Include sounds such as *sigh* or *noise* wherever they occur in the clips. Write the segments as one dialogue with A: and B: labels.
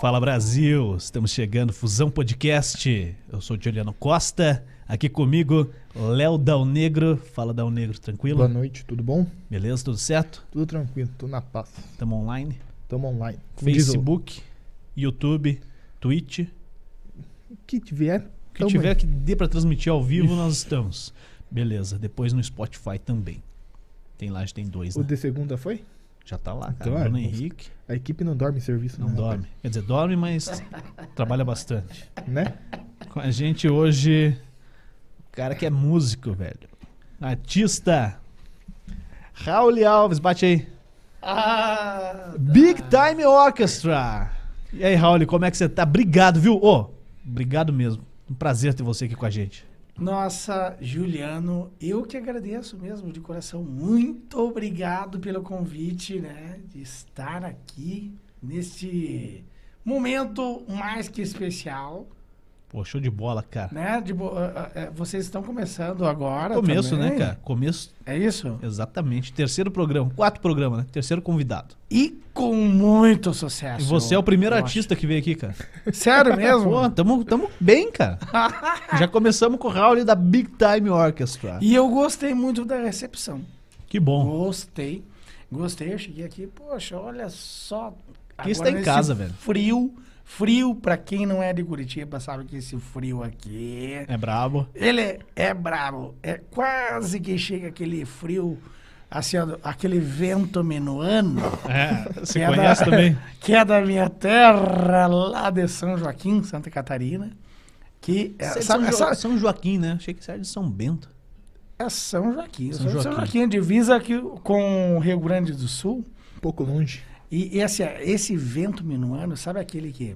A: Fala Brasil, estamos chegando, Fusão Podcast. Eu sou o Juliano Costa, aqui comigo, Léo Dal Negro. Fala Dal Negro, tranquilo?
B: Boa noite, tudo bom?
A: Beleza, tudo certo?
B: Tudo tranquilo, tô na paz.
A: Tamo online?
B: Tamo online. Como diz o-
A: Facebook, YouTube, Twitch.
B: O que tiver,
A: O que
B: tamo
A: tiver
B: aí.
A: que dê pra transmitir ao vivo, nós estamos. Beleza, depois no Spotify também. Tem lá, já tem dois,
B: O
A: né?
B: de segunda foi?
A: Já tá lá, cara.
B: Então é,
A: Bruno
B: vamos-
A: Henrique
B: A equipe não dorme em serviço,
A: não
B: né,
A: dorme. Quer dizer, dorme, mas trabalha bastante.
B: rapaz? Né?
A: Com a gente hoje, o cara que é músico, velho. Artista. Raul Alves, bate aí.
C: Ah!
A: Big Time Orchestra. E aí, Raul, como é que você tá? Obrigado, viu? Ô, obrigado mesmo. Um prazer ter você aqui com a gente.
C: Nossa, Juliano, eu que agradeço mesmo de coração. Muito obrigado pelo convite, né? De estar aqui neste momento mais que especial,
A: Pô, show de bola, cara.
C: né? De bo- ah, ah, eh, vocês estão começando agora.
A: Começo,
C: também.
A: né, cara? Começo,
C: É isso?
A: exatamente. Terceiro programa, quatro programas, né? Terceiro convidado.
C: E com muito sucesso.
A: E você é o primeiro
C: eu
A: artista que veio aqui, cara.
C: acho.
A: *laughs*
C: Sério mesmo?
A: Pô, tamo, tamo bem,
C: *laughs*
A: cara. Já começamos com o Raul da Big Time Orchestra.
C: e eu gostei muito da recepção.
A: Que bom.
C: Gostei. Gostei, eu cheguei aqui, poxa, olha só.
A: Aqui
C: Agora
A: está em
C: nesse
A: casa, velho.
C: Frio, frio, pra quem não é de Curitiba, sabe que esse frio aqui.
A: É brabo.
C: Ele é, é brabo. É quase que chega aquele frio, assim, ó, aquele vento minuano.
A: *laughs* É, você
C: que é
A: conhece
C: da-
A: também?
C: *laughs* Que é da minha terra, lá de São Joaquim, Santa Catarina. Que é,
A: Você é de
C: sabe-
A: São, Jo-
C: sabe-
A: São Joaquim, né? Achei que você era de São Bento.
C: é
A: São
C: São Joaquim. São Joaquim, São
A: Joaquim.
C: Joaquim é divisa aqui com o Rio Grande do Sul.
B: Um pouco longe.
C: E esse, esse vento minuano, sabe aquele que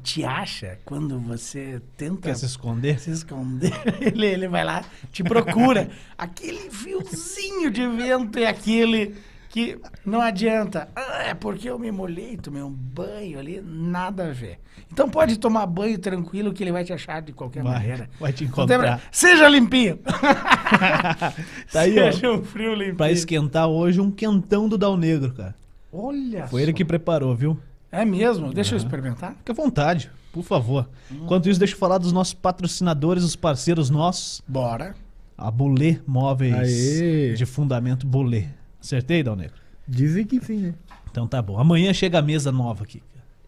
C: te acha quando você tenta
A: Quer se esconder?
C: se esconder? *laughs* Ele, ele vai lá, te procura. aquele fiozinho de vento é aquele que não adianta. Ah, é porque eu me molhei, tomei um banho ali, nada a ver. Então pode tomar banho tranquilo que ele vai te achar de qualquer
A: Vai,
C: maneira.
A: vai te
C: Não tem pra-
A: encontrar.
C: Seja limpinho.
A: Tá aí, ó.
C: *laughs* Seja um frio limpinho.
A: Pra esquentar hoje um quentão do Dal Negro, cara.
C: Olha
A: Foi ele
C: só.
A: que preparou, viu?
C: É mesmo? Deixa eu experimentar.
A: Fica à vontade, por favor. Enquanto isso, deixa eu falar dos nossos patrocinadores, os parceiros nossos.
C: Bora.
A: A Bolê Móveis
B: Aê.
A: de Fundamento Bolê. Acertei, Dal Negro?
B: Dizem que sim, né?
A: Então tá bom. Amanhã chega a mesa nova aqui.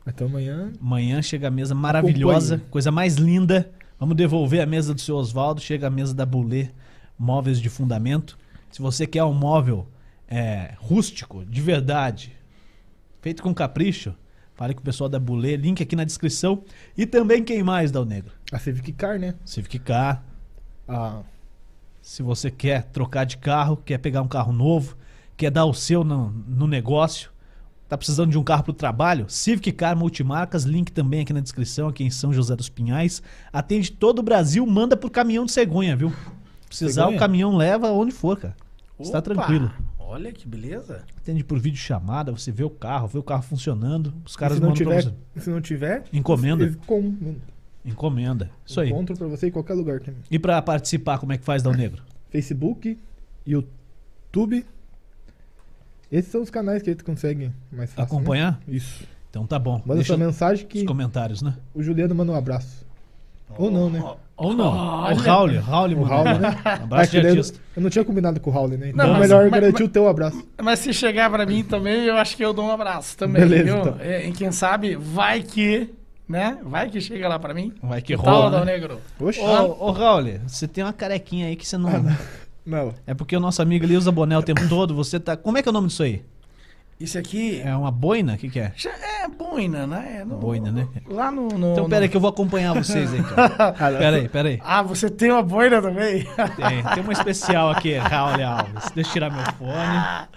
B: Até amanhã.
A: Amanhã chega a mesa maravilhosa,
B: Acompanhe.
A: coisa mais linda. Vamos devolver a mesa do seu Oswaldo. Chega a mesa da Bolê, móveis de fundamento. Se você quer um móvel é, rústico, de verdade, feito com capricho, fale com o pessoal da Bolê. Link aqui na descrição. E também quem mais, Dal Negro?
B: A Civic Car, né?
A: Civic Car.
B: A
A: Se você quer trocar de carro, quer pegar um carro novo, quer dar o seu no, no negócio, tá precisando de um carro pro trabalho? Civic Car Multimarcas, link também aqui na descrição, aqui em São José dos Pinhais. Atende todo o Brasil, manda por caminhão de cegonha, viu? Precisar,
B: Cegonha?
A: o caminhão leva onde for, cara. Está
C: Opa!
A: tá tranquilo.
C: Olha que beleza.
A: Atende por vídeo chamada, você vê o carro, vê o carro funcionando, os caras
B: se não
A: mandam pra
B: tiver,
A: você.
B: se não tiver,
A: Encomenda,
B: eles com, um
A: encomenda. Isso aí.
B: encontro pra você em qualquer lugar também.
A: E pra participar, como é que faz, Dal Negro?
B: Facebook, YouTube. Esses são os canais que tu consegue mais fácil. né?
A: Acompanhar?
B: Isso.
A: Então tá bom.
B: Manda um
A: Deixa
B: sua mensagem que
A: os comentários, né?
B: o Juliano manda um abraço. Ou não, né?
A: Ou não. O Raul, Raul,
B: O
A: mano.
B: Raul, né?
A: Um abraço de
B: Ah, que daí eu-
A: artista.
B: Eu não tinha combinado com o Raul, né? Então
C: Não,
B: é
C: mas-
B: melhor
C: mas-
B: garantir o teu abraço.
C: Mas se chegar pra mim também, eu acho que eu dou um abraço também,
B: Beleza,
C: viu?
B: então.
C: É, e quem sabe, vai que, né? Vai que chega lá pra mim.
A: Vai que
C: Que Tá tal,
A: rola.
C: Dal
A: Né?
C: Negro?
B: Oxe.
A: Ô, ô, Raul, você tem uma carequinha aí que você não.
B: Tá. Não.
A: É porque o nosso amigo ele usa boné o tempo todo. Você tá. Como é que é o nome disso aí?
C: Isso aqui é,
A: É uma boina? O que, que é?
C: já é boina, né? É no-
A: Boina, né?
C: Lá no... no
A: Então
C: no-
A: pera aí que eu vou acompanhar vocês aí,
B: *laughs*
A: cara. Pera aí, pera aí.
C: Ah, você tem uma boina também?
A: Tem, tem uma especial aqui, Raul Alves. Deixa eu tirar meu fone.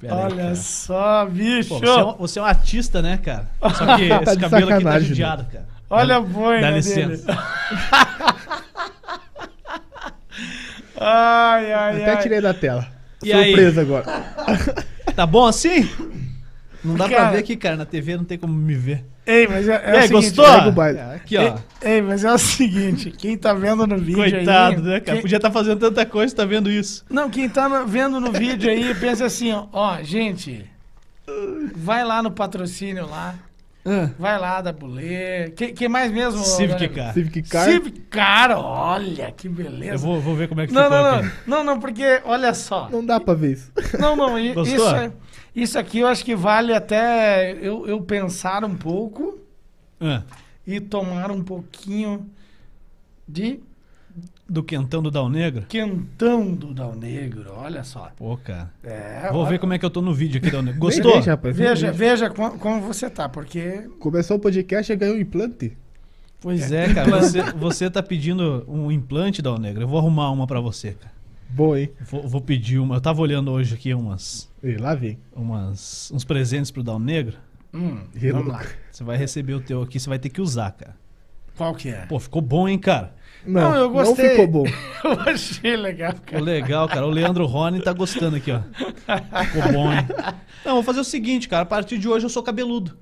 A: Pera aí,
C: *laughs* Olha
A: cara.
C: só, bicho.
A: Pô, você, é um, você é um artista, né, cara? Só que
B: Tá
A: esse
B: de
A: cabelo aqui tá
B: sacanagem,
A: judiado, cara.
C: Olha a
A: Dá-
C: boina
A: Dá
C: né? dele.
A: licença.
C: Ai, ai,
B: Até
C: ai.
B: tirei da tela.
A: E aí?
B: Surpresa agora.
A: Tá bom assim? Não dá pra
C: Cara.
A: ver aqui, cara. Na TV não tem como me ver.
C: Ei, mas é, é
A: E
C: o
A: aí,
C: seguinte,
A: gostou? É,
B: pega o baile.
A: Aqui, ó.
C: Ei, mas é o seguinte, quem tá vendo no vídeo aí...
A: Coitado, né, cara?
C: quem-
A: Podia estar fazendo tanta coisa, tá vendo isso.
C: Não, quem tá no- vendo no vídeo aí, pensa assim, ó, ó, gente, vai lá no patrocínio lá,
A: Ah.
C: Vai lá, da Bulê. Que, que mais mesmo?
A: Civic
C: Daniel?
A: Car.
B: Civic Car.
C: Civic Car, olha, que beleza.
A: Eu vou, vou ver como é que
C: Não,
A: ficou
C: não,
A: aqui.
C: não, não, não, porque olha só.
B: Não dá pra ver isso.
C: Não, não, i-
A: Gostou?
C: isso, é- isso aqui eu acho que vale até eu, eu pensar um pouco
A: Ah,
C: e tomar um pouquinho de
A: do quentão do Dal Negro?
C: quentão do Dal Negro, olha só.
A: Pô, cara.
C: É,
A: Vou
C: olha-
A: ver como é que eu tô no vídeo aqui, Dal Negro.
B: Nem
A: Gostou?
B: deixa, rapaz. nem
C: Veja,
B: deixa.
C: veja como, como você tá, porque.
B: Começou o podcast e ganhou um implante.
A: Pois é, cara. Você, você tá pedindo um implante, Dal Negro. Eu vou arrumar uma pra você, cara.
B: Boa, hein?
A: Vou, vou pedir uma. Eu tava olhando hoje aqui umas,
B: E lá vem.
A: umas, uns presentes pro Dal Negro.
C: Hum,
B: E
C: vamos lá.
B: louco.
A: Você vai receber o teu aqui, você vai ter que usar, cara.
C: Qual que é?
A: Pô, ficou bom, hein, cara?
B: Não,
C: Não, eu
B: Não
C: gostei.
B: ficou
C: *laughs*
B: bom.
C: Eu *laughs* achei legal,
A: Pô,
C: cara.
A: legal, cara. O Leandro Rony tá gostando aqui, ó. Ficou bom, hein? Não, vou fazer o seguinte, cara. A partir de hoje eu sou cabeludo.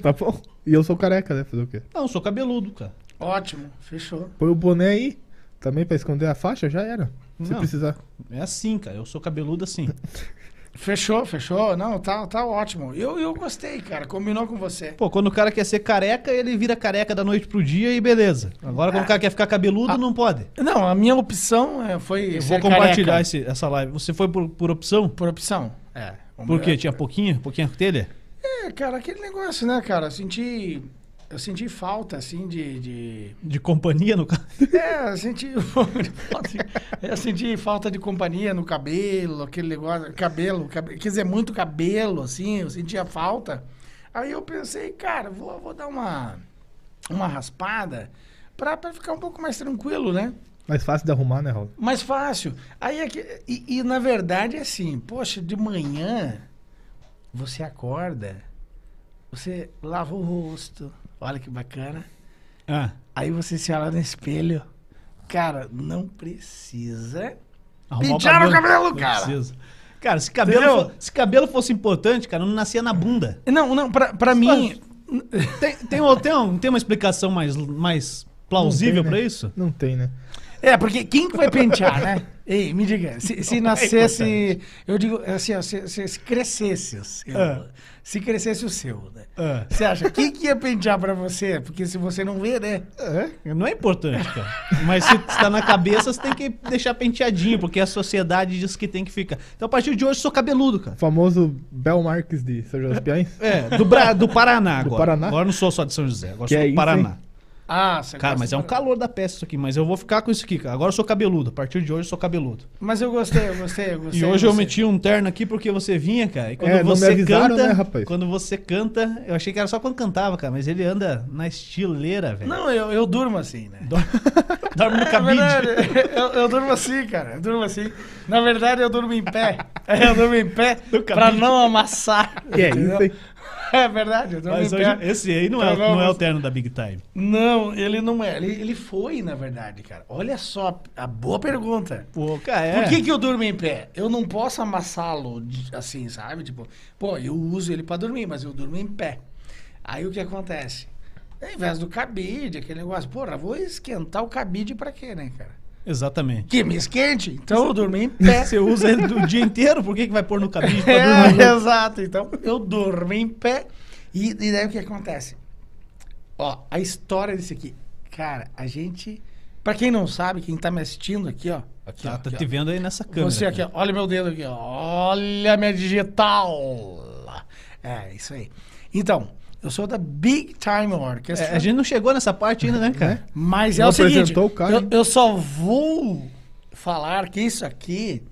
B: tá bom? E eu sou careca, né? Fazer o quê?
A: Não, eu sou cabeludo, cara.
C: Ótimo, fechou.
B: Põe o boné aí. Também pra esconder a faixa, já era. Se
A: Não.
B: precisar.
A: É assim, cara. Eu sou cabeludo assim.
C: Fechou, fechou. Não, tá, tá ótimo. Eu, eu gostei, cara. Combinou com você.
A: Pô, quando o cara quer ser careca, ele vira careca da noite pro dia e beleza. Agora, quando o cara quer ficar cabeludo, não pode.
C: Não, a minha opção é, foi.
A: Eu
C: ser
A: vou compartilhar
C: careca.
A: esse- essa live. Você foi por, por opção?
C: Por opção. É.
A: Por quê? Tinha pouquinho? Pouquinha telha?
C: É, cara, aquele negócio, né, cara? Eu senti. Eu senti falta, assim, de. de...
A: De companhia no cara?
C: É, eu *laughs* senti. eu senti falta assim, de companhia no cabelo, aquele negócio. Cabelo, cabe... quer dizer, muito cabelo, assim, eu sentia falta. Aí eu pensei, cara, vou, vou dar uma. Uma raspada pra, pra ficar um pouco mais tranquilo, né?
B: Mais fácil de arrumar, né, Raul?
C: Mais fácil. Aí é que, e, e, na verdade é assim, poxa, de manhã você acorda, você lava o rosto, olha que bacana.
A: Ah,
C: Aí você se olha no espelho, cara, não precisa.
A: arrumar
C: Pentearam o cabelo,
A: Não
C: cara.
A: precisa. Cara, se cabelo,
C: Entendeu?
A: fo- se cabelo fosse importante, cara, não nascia na bunda.
C: Não, não, pra, pra mim.
A: Tem, tem, um- tem, um- tem uma explicação mais, mais plausível
B: Não tem, né?
A: pra isso?
B: Não tem, né?
C: É, porque quem que vai pentear, né?
A: *laughs*
C: Ei, me diga, se,
A: é
C: se nascesse. Eu digo assim, ó, se, se- se crescesse o seu.
A: Ah.
C: Se crescesse o seu, né?
A: Ah,
C: Você acha? Quem que ia pentear pra você? Porque se você não vê, né?
A: não é importante, cara. Mas se está na cabeça, você tem que deixar penteadinho, porque é a sociedade diz que tem que ficar. Então, a partir de hoje, eu sou cabeludo, cara.
B: O famoso Bel Marques de São José dos Piães.
A: É, do, Bra- do Paraná
B: Do
A: agora.
B: Paraná?
A: Agora eu não sou só de São José, agora eu
B: Que
A: sou
B: é
A: do
B: isso,
A: Paraná.
B: hein?
C: Ah, você
A: Cara,
C: gosta
A: mas é um
C: pra-
A: calor da peça isso aqui, mas eu vou ficar com isso aqui, cara. Agora eu sou cabeludo, a partir de hoje eu sou cabeludo.
C: Mas eu gostei, eu gostei, eu gostei.
A: e hoje eu
C: gostei.
A: meti um terno aqui porque você vinha, cara. E quando
B: É, não me
A: você
B: avisaram,
A: canta,
B: né, rapaz?
A: quando você canta, eu achei que era só quando cantava, cara, mas ele anda na estileira, velho.
C: Não, eu, eu durmo assim, né?
A: Dorme, *laughs* dorme no
C: É
A: cabide.
C: verdade, *laughs* eu, eu durmo assim, cara. Eu durmo assim. Na verdade, eu durmo em pé. *laughs* Eu durmo em pé
A: No
C: pra
A: cabide.
C: não amassar.
B: Que é
C: entendeu?
B: isso, hein?
C: *laughs* É verdade, eu durmo
A: *laughs* Mas
C: em
A: hoje,
C: pé.
A: esse aí não é,
C: Então não,
A: não é o
C: mas-
A: terno da Big Time.
C: Não, ele não é. Ele, ele foi, na verdade, cara. Olha só, a boa pergunta.
A: Pô, cara, é.
C: Por que, que eu durmo em pé? Eu não posso amassá-lo de- assim, sabe? Tipo, pô, eu uso ele pra dormir, mas eu durmo em pé. Aí o que acontece? Ao invés do cabide, aquele negócio, porra, vou esquentar o cabide pra quê, né, cara?
A: Exatamente.
C: Que me esquente? Então eu durmo em pé.
A: Você usa ele o dia inteiro, por que, que vai pôr no cabide pra dormir?
C: É, exato. Então eu durmo em pé. E, e daí o que acontece? Ó, a história desse aqui. Cara, a gente. Pra quem não sabe, quem tá me assistindo aqui, ó. Aqui, ó,
A: Tá, tá
C: aqui, ó.
A: te vendo aí nessa câmera.
C: Você aqui, ó, olha meu dedo aqui, ó. olha minha digital. É, isso aí. Então, eu sou da Big Time Orchestra,
A: É, a gente não chegou nessa parte ainda, né, cara?
C: mas é
B: Não
C: o seguinte,
B: apresentou o cara, hein?
C: eu, eu só vou falar que isso aqui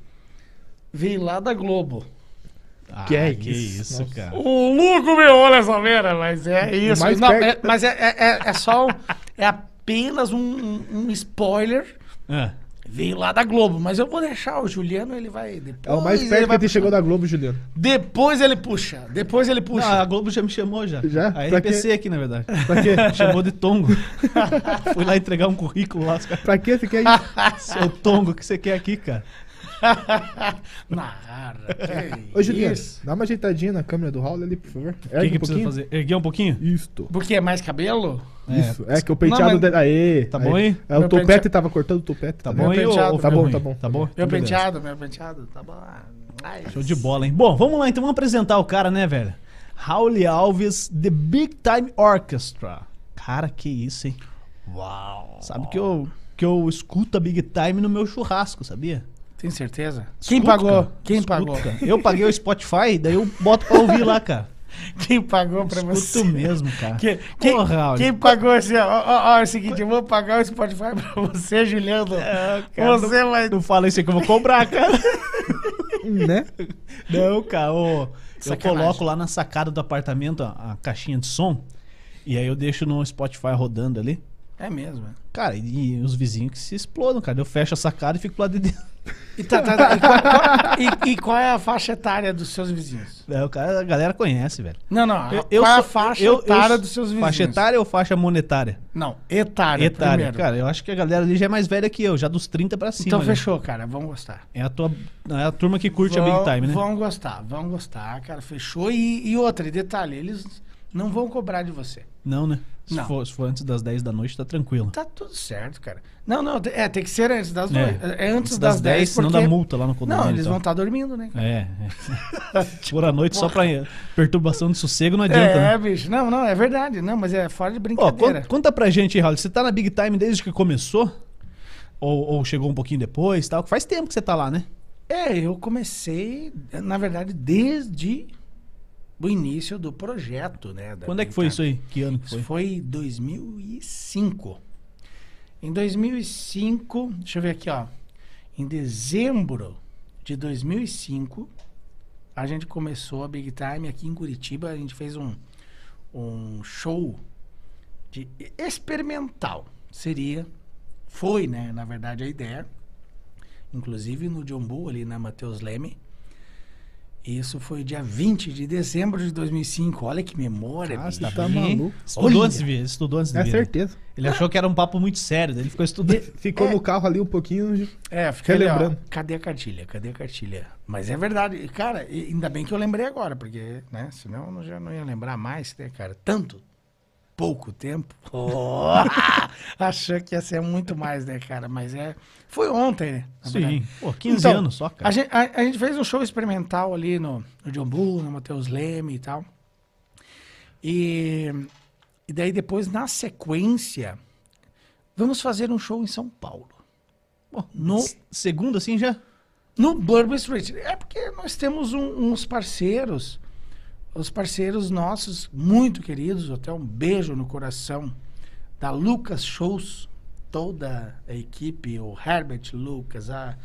C: veio lá da Globo.
A: Ah,
B: Que é
A: que
B: isso,
A: isso,
B: nossa.
A: cara.
C: O louco meu, olha essa merda, mas é isso.
B: mais
C: Não, é-
B: perto.
C: mas é, é- é- é só, um- é apenas um- um- um spoiler
A: Ah,
C: Veio lá da Globo, mas eu vou deixar o Juliano, ele vai depois.
B: É o mais
C: ele
B: perto
C: vai
B: que te
C: puxar.
B: chegou da Globo, Juliano.
C: Depois ele puxa, depois ele
A: não, a
C: puxa.
A: Globo já me chamou já.
B: Já?
A: A
B: Pra
A: RPC aqui, na verdade.
B: Pra quê?
A: *laughs* Chamou de
B: *laughs*
A: Tongo. Fui lá entregar um currículo lá. os caras,
B: pra quê? Você quer
A: Ah,
B: isso?
A: Seu Tongo, o que você quer aqui, cara?
C: Nara,
B: *laughs*
C: que
B: Ô, Juliano,
C: isso.
B: dá uma ajeitadinha na câmera do Raul ali, por favor.
A: O que,
B: Ergue
A: que precisa
B: um pouquinho.
A: fazer? Erguer um pouquinho?
B: Isto.
C: Porque é mais cabelo?
A: É.
B: Isso. É que o penteado
C: Não, mas-
B: dele. Aê!
A: Tá bom aí?
B: É, o
C: Meu
B: topete
C: penteado-
B: tava cortando o topete.
A: Tá
B: né?
A: bom aí, ô,
C: penteado.
A: ô,
B: Tá bom,
A: Ferrugem?
B: tá bom.
A: Tá bom?
C: Meu
A: Então, beleza.
C: penteado, meu penteado, tá bom. Ai,
A: Show de bola, hein? Bom, vamos lá então, vamos apresentar o cara, né, velho? Raul Alves, The Big Time Orchestra. Cara, que isso, hein?
C: Uau.
A: Sabe que eu, que eu escuto a Big Time no meu churrasco, sabia?
C: Tem certeza? Quem
A: Escuto,
C: pagou?
A: cara.
C: Quem
A: Escuto,
C: pagou?
A: cara. Eu paguei o Spotify, daí eu boto pra ouvir lá, cara.
C: *laughs* Quem pagou pra
A: Escuto
C: você?
A: mesmo, cara.
C: Que- quem,
A: Porra, Raul.
C: quem pagou assim, ó, ó, ó, é o seguinte, eu vou pagar o Spotify pra você, Juliano.
A: É, cara,
C: você vai.
A: Não fala isso aí que eu vou cobrar, cara.
B: Né?
A: *laughs* Não, cara. ô, eu
C: Sacanagem.
A: coloco lá na sacada do apartamento a, a caixinha de som. E aí eu deixo no Spotify rodando ali.
C: É mesmo. é.
A: Cara, e, e os vizinhos que se explodam, cara. Eu fecho a sacada e fico lá de dentro.
C: E, tá- tá- tá- e
A: *laughs*
C: qual, qual- *laughs* e- e qual é a faixa etária dos seus vizinhos?
A: É, o cara, a galera conhece, velho.
C: Não, não. a-
A: Eu-
C: qual
A: eu
C: é a
A: sou-
C: faixa
A: eu- eu
C: etária
A: sou-
C: dos seus vizinhos?
A: Faixa etária ou faixa monetária?
C: Não, etária.
A: etária.
C: primeiro.
A: Cara, eu acho que a galera ali já é mais velha que eu, já dos 30 pra cima.
C: então
A: né?
C: fechou, cara. Vamos gostar.
A: É a, tua, é a turma que curte a
C: Vão-
A: Big Time, né?
C: Vão gostar, vão gostar, cara. Fechou. E, e outra, e detalhe, eles não vão cobrar de você.
A: Não, né? Se,
C: Não.
A: For, se for antes das 10 da noite, tá tranquilo.
C: Tá tudo certo, cara. Não, não, te- é, tem que ser antes das
A: É.
C: doi- É, antes
A: Antes
C: das 10,
A: senão
C: porque...
A: dá multa lá no condomínio.
C: Não, eles
A: então.
C: vão estar dormindo, né? cara?
A: É, é. *laughs* Por a noite, só pra perturbação de sossego não adianta, né?
C: é, bicho. Não, não, é verdade. Não, mas é fora de
A: Ó,
C: brincadeira.
A: conta, conta pra gente aí, Raul. Você tá na Big Time desde que começou? Ou, ou chegou um pouquinho depois tal? Faz tempo que você tá lá, né?
C: É, eu comecei, na verdade, desde o início do projeto, né? da
A: Quando é que foi
C: Brincar.
A: isso aí? Que ano que
C: Isso
A: foi?
C: foi em 2005. Em 2005, deixa eu ver aqui, ó. Em dezembro de 2005, a gente começou a Big Time aqui em Curitiba. A gente fez um, um show de experimental. Seria, foi, né, na verdade, a ideia. Inclusive no Jombu, ali na Matheus Leme. Isso foi dia 20 de dezembro de 2005. Olha que memória,
B: Ah,
C: bicho.
B: você tá
A: Ih,
B: maluco.
A: Estudou
C: Olha.
A: antes de vir, estudou antes de
B: É
A: vir. né?
B: certeza.
A: Ele achou que era um papo muito sério, daí ele ficou estudando.
B: Ficou no carro ali um pouquinho.
C: É, fica lembrando.
B: Relembrando.
C: cadê a cartilha? Cadê a cartilha? Mas é verdade. E, Cara, e- ainda bem que eu lembrei agora, porque, né? Senão eu não- já não ia lembrar mais, né, cara? Tanto, pouco tempo. Oh, *laughs* achou que ia ser muito mais, né, cara? Mas é. Foi ontem, né? na
A: Sim,
C: verdade.
A: pô, 15
C: Então,
A: anos só,
C: A
A: cara.
C: gente, a- a gente fez um show experimental ali no, no John Bull, no Matheus Leme e tal. E, e daí depois, na sequência, vamos fazer um show em São Paulo.
A: Pô,
C: no-
A: s- Segundo assim já?
C: No Bourbon Street. É porque nós temos um- uns parceiros, os parceiros nossos muito queridos, até um beijo no coração da Lucas Shows, toda a equipe, o Herbert Lucas, a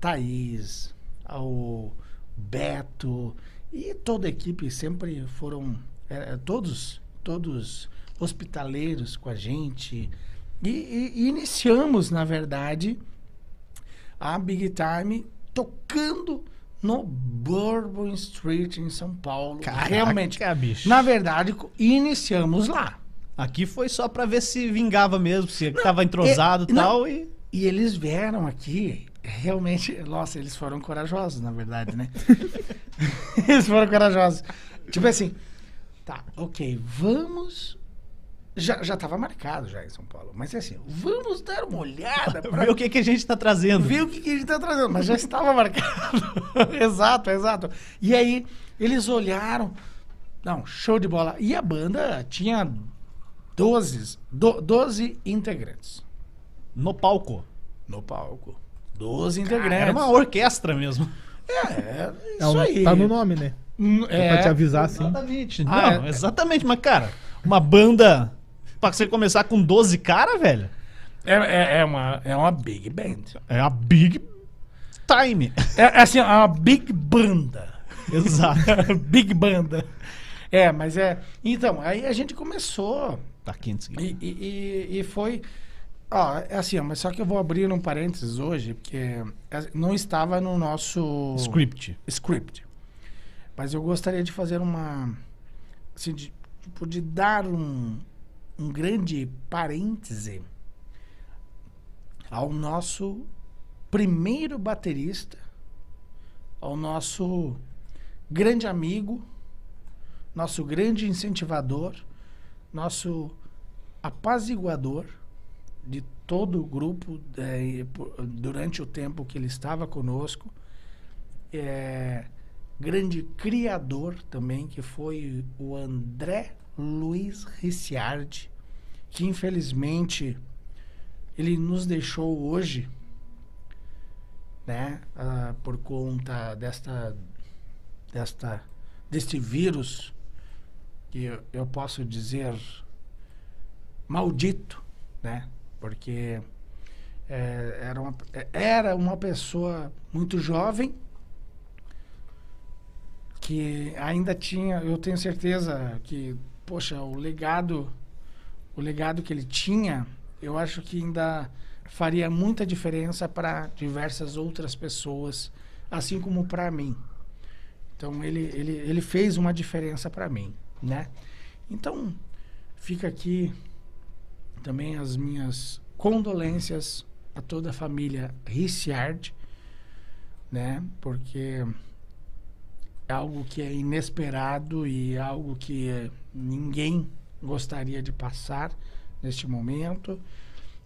C: Thaís, o Beto e toda a equipe sempre foram eh, todos, todos hospitaleiros com a gente. E- e- e iniciamos, na verdade, a Big Time tocando no Bourbon Street em São Paulo. Realmente.
A: Caraca, bicho.
C: Na verdade, co- iniciamos lá.
A: Aqui foi só pra ver se vingava mesmo, se tava entrosado e
C: é- não.
A: tal. E...
C: E eles vieram aqui, realmente, nossa, eles foram corajosos, na verdade, né? eles foram corajosos. Tipo assim, tá, ok, vamos... Já, já tava marcado já em São Paulo, mas é assim, vamos dar uma olhada pra
A: Ver o que, que a gente tá trazendo.
C: Viu o que, que a gente tá trazendo, mas já estava marcado. *laughs* exato, exato. E aí, eles olharam. Não, show de bola. E a banda tinha 12, do- 12 integrantes
A: No palco.
C: no palco. 12
A: Era
C: integrantes.
A: uma orquestra mesmo.
C: É,
B: É
C: isso
B: um-
C: aí.
B: Tá no nome, né?
C: Hum,
B: É. Pra te avisar assim.
A: Exatamente.
C: Ah,
A: não,
C: é.
A: exatamente, mas, cara, uma banda. Pra você começar com 12 caras, velho,
C: é, é, é uma, é uma big band.
A: é a big time. *laughs*
C: É, é assim, é uma big banda.
A: Exato.
C: *laughs* big banda. É, mas é... Então, aí a gente começou...
A: Tá quente isso aqui.
C: E, e- e- e foi. Ó, é assim, ó, mas só que eu vou abrir um parênteses hoje, porque as- não estava no nosso
A: Script.
C: script. Mas eu gostaria de fazer uma. Assim, de, tipo, de dar um, um grande parêntese ao nosso primeiro baterista, ao nosso grande amigo, nosso grande incentivador, nosso apaziguador de todo o grupo eh, e por- durante o tempo que ele estava conosco. É, grande criador também, que foi o André Luiz Ricciardi, que infelizmente ele nos deixou hoje, né, ah, por conta desta, desta, deste vírus, que eu, eu posso dizer maldito, né, porque eh, era, uma, era uma pessoa muito jovem, que ainda tinha, eu tenho certeza que, poxa, o legado, o legado que ele tinha, eu acho que ainda faria muita diferença para diversas outras pessoas, assim como para mim. Então ele, ele, ele fez uma diferença para mim, né? Então fica aqui também as minhas condolências a toda a família Ricciard, né? Porque é algo que é inesperado e é algo que eh, ninguém gostaria de passar neste momento.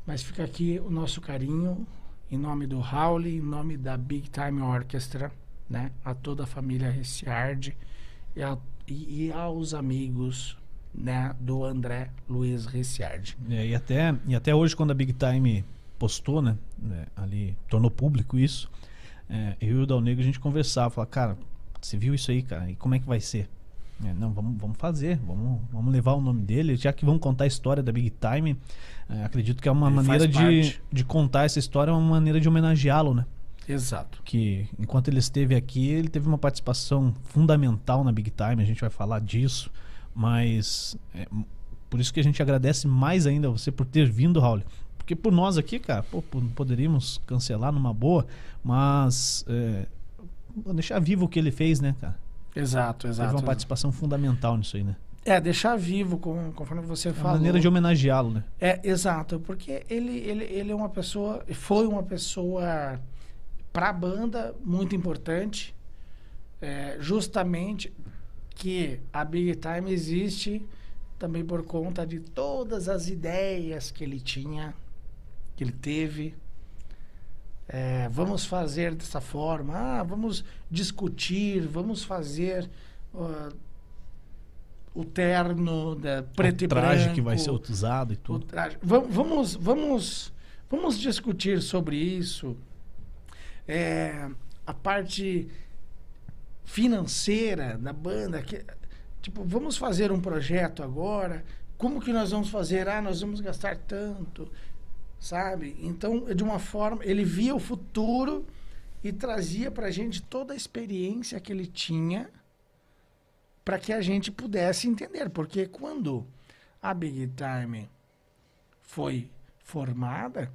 C: Mas fica aqui o nosso carinho em nome do Raul, em nome da Big Time Orchestra, né? A toda a família Ricciardi e, a- e- e aos amigos, né? Do André Luiz Ricciardi.
A: É, e, até, e até hoje, quando a Big Time postou, né? né, ali, tornou público isso, é, eu e o Dal Negro a gente conversava, falava, cara, você viu isso aí, cara? E como é que vai ser? É, não, vamos, vamos fazer, vamos, vamos levar o nome dele, já que vamos contar a história da Big Time. é, acredito que é uma
C: Ele faz
A: maneira de,
C: parte.
A: de contar essa história, é uma maneira de homenageá-lo, né?
C: Exato.
A: que enquanto ele esteve aqui, ele teve uma participação fundamental na Big Time, a gente vai falar disso, mas é, m- por isso que a gente agradece mais ainda a você por ter vindo, Raul. Porque por nós aqui, cara, pô, pô, poderíamos cancelar numa boa, mas é, vou deixar vivo o que ele fez, né, cara?
C: Exato,
A: Teve
C: exato.
A: uma participação fundamental nisso aí, né?
C: É, deixar vivo, com- conforme você
A: É uma
C: falou.
A: maneira de homenageá-lo, né?
C: É, exato, porque ele, ele, ele é uma pessoa, foi uma pessoa para a banda muito importante, é, justamente que a Big Time existe também por conta de todas as ideias que ele tinha, que ele teve. É, vamos fazer dessa forma, ah, vamos discutir, vamos fazer ah, o terno da preto
A: o É um traje
C: e branco
A: que vai ser usado e
C: o
A: tudo.
C: traje. Va- Vamos, vamos, vamos discutir sobre isso. É, a parte financeira da banda. que- tipo, vamos fazer um projeto agora. Como que nós vamos fazer? Ah, nós vamos gastar tanto, sabe? Então, de uma forma, ele via o futuro e trazia para a gente toda a experiência que ele tinha para que a gente pudesse entender. Porque quando a Big Time foi formada,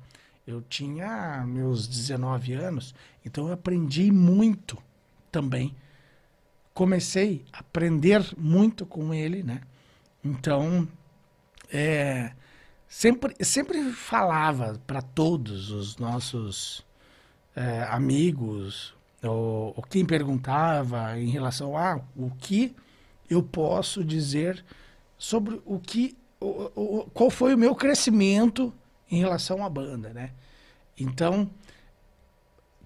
C: eu tinha meus 19 anos, então eu aprendi muito também. Comecei a aprender muito com ele, né? Então, é, sempre, sempre falava para todos os nossos é, amigos, ou, ou quem perguntava em relação a o que eu posso dizer sobre o que o- o- o- qual foi o meu crescimento em relação à banda, né? Então,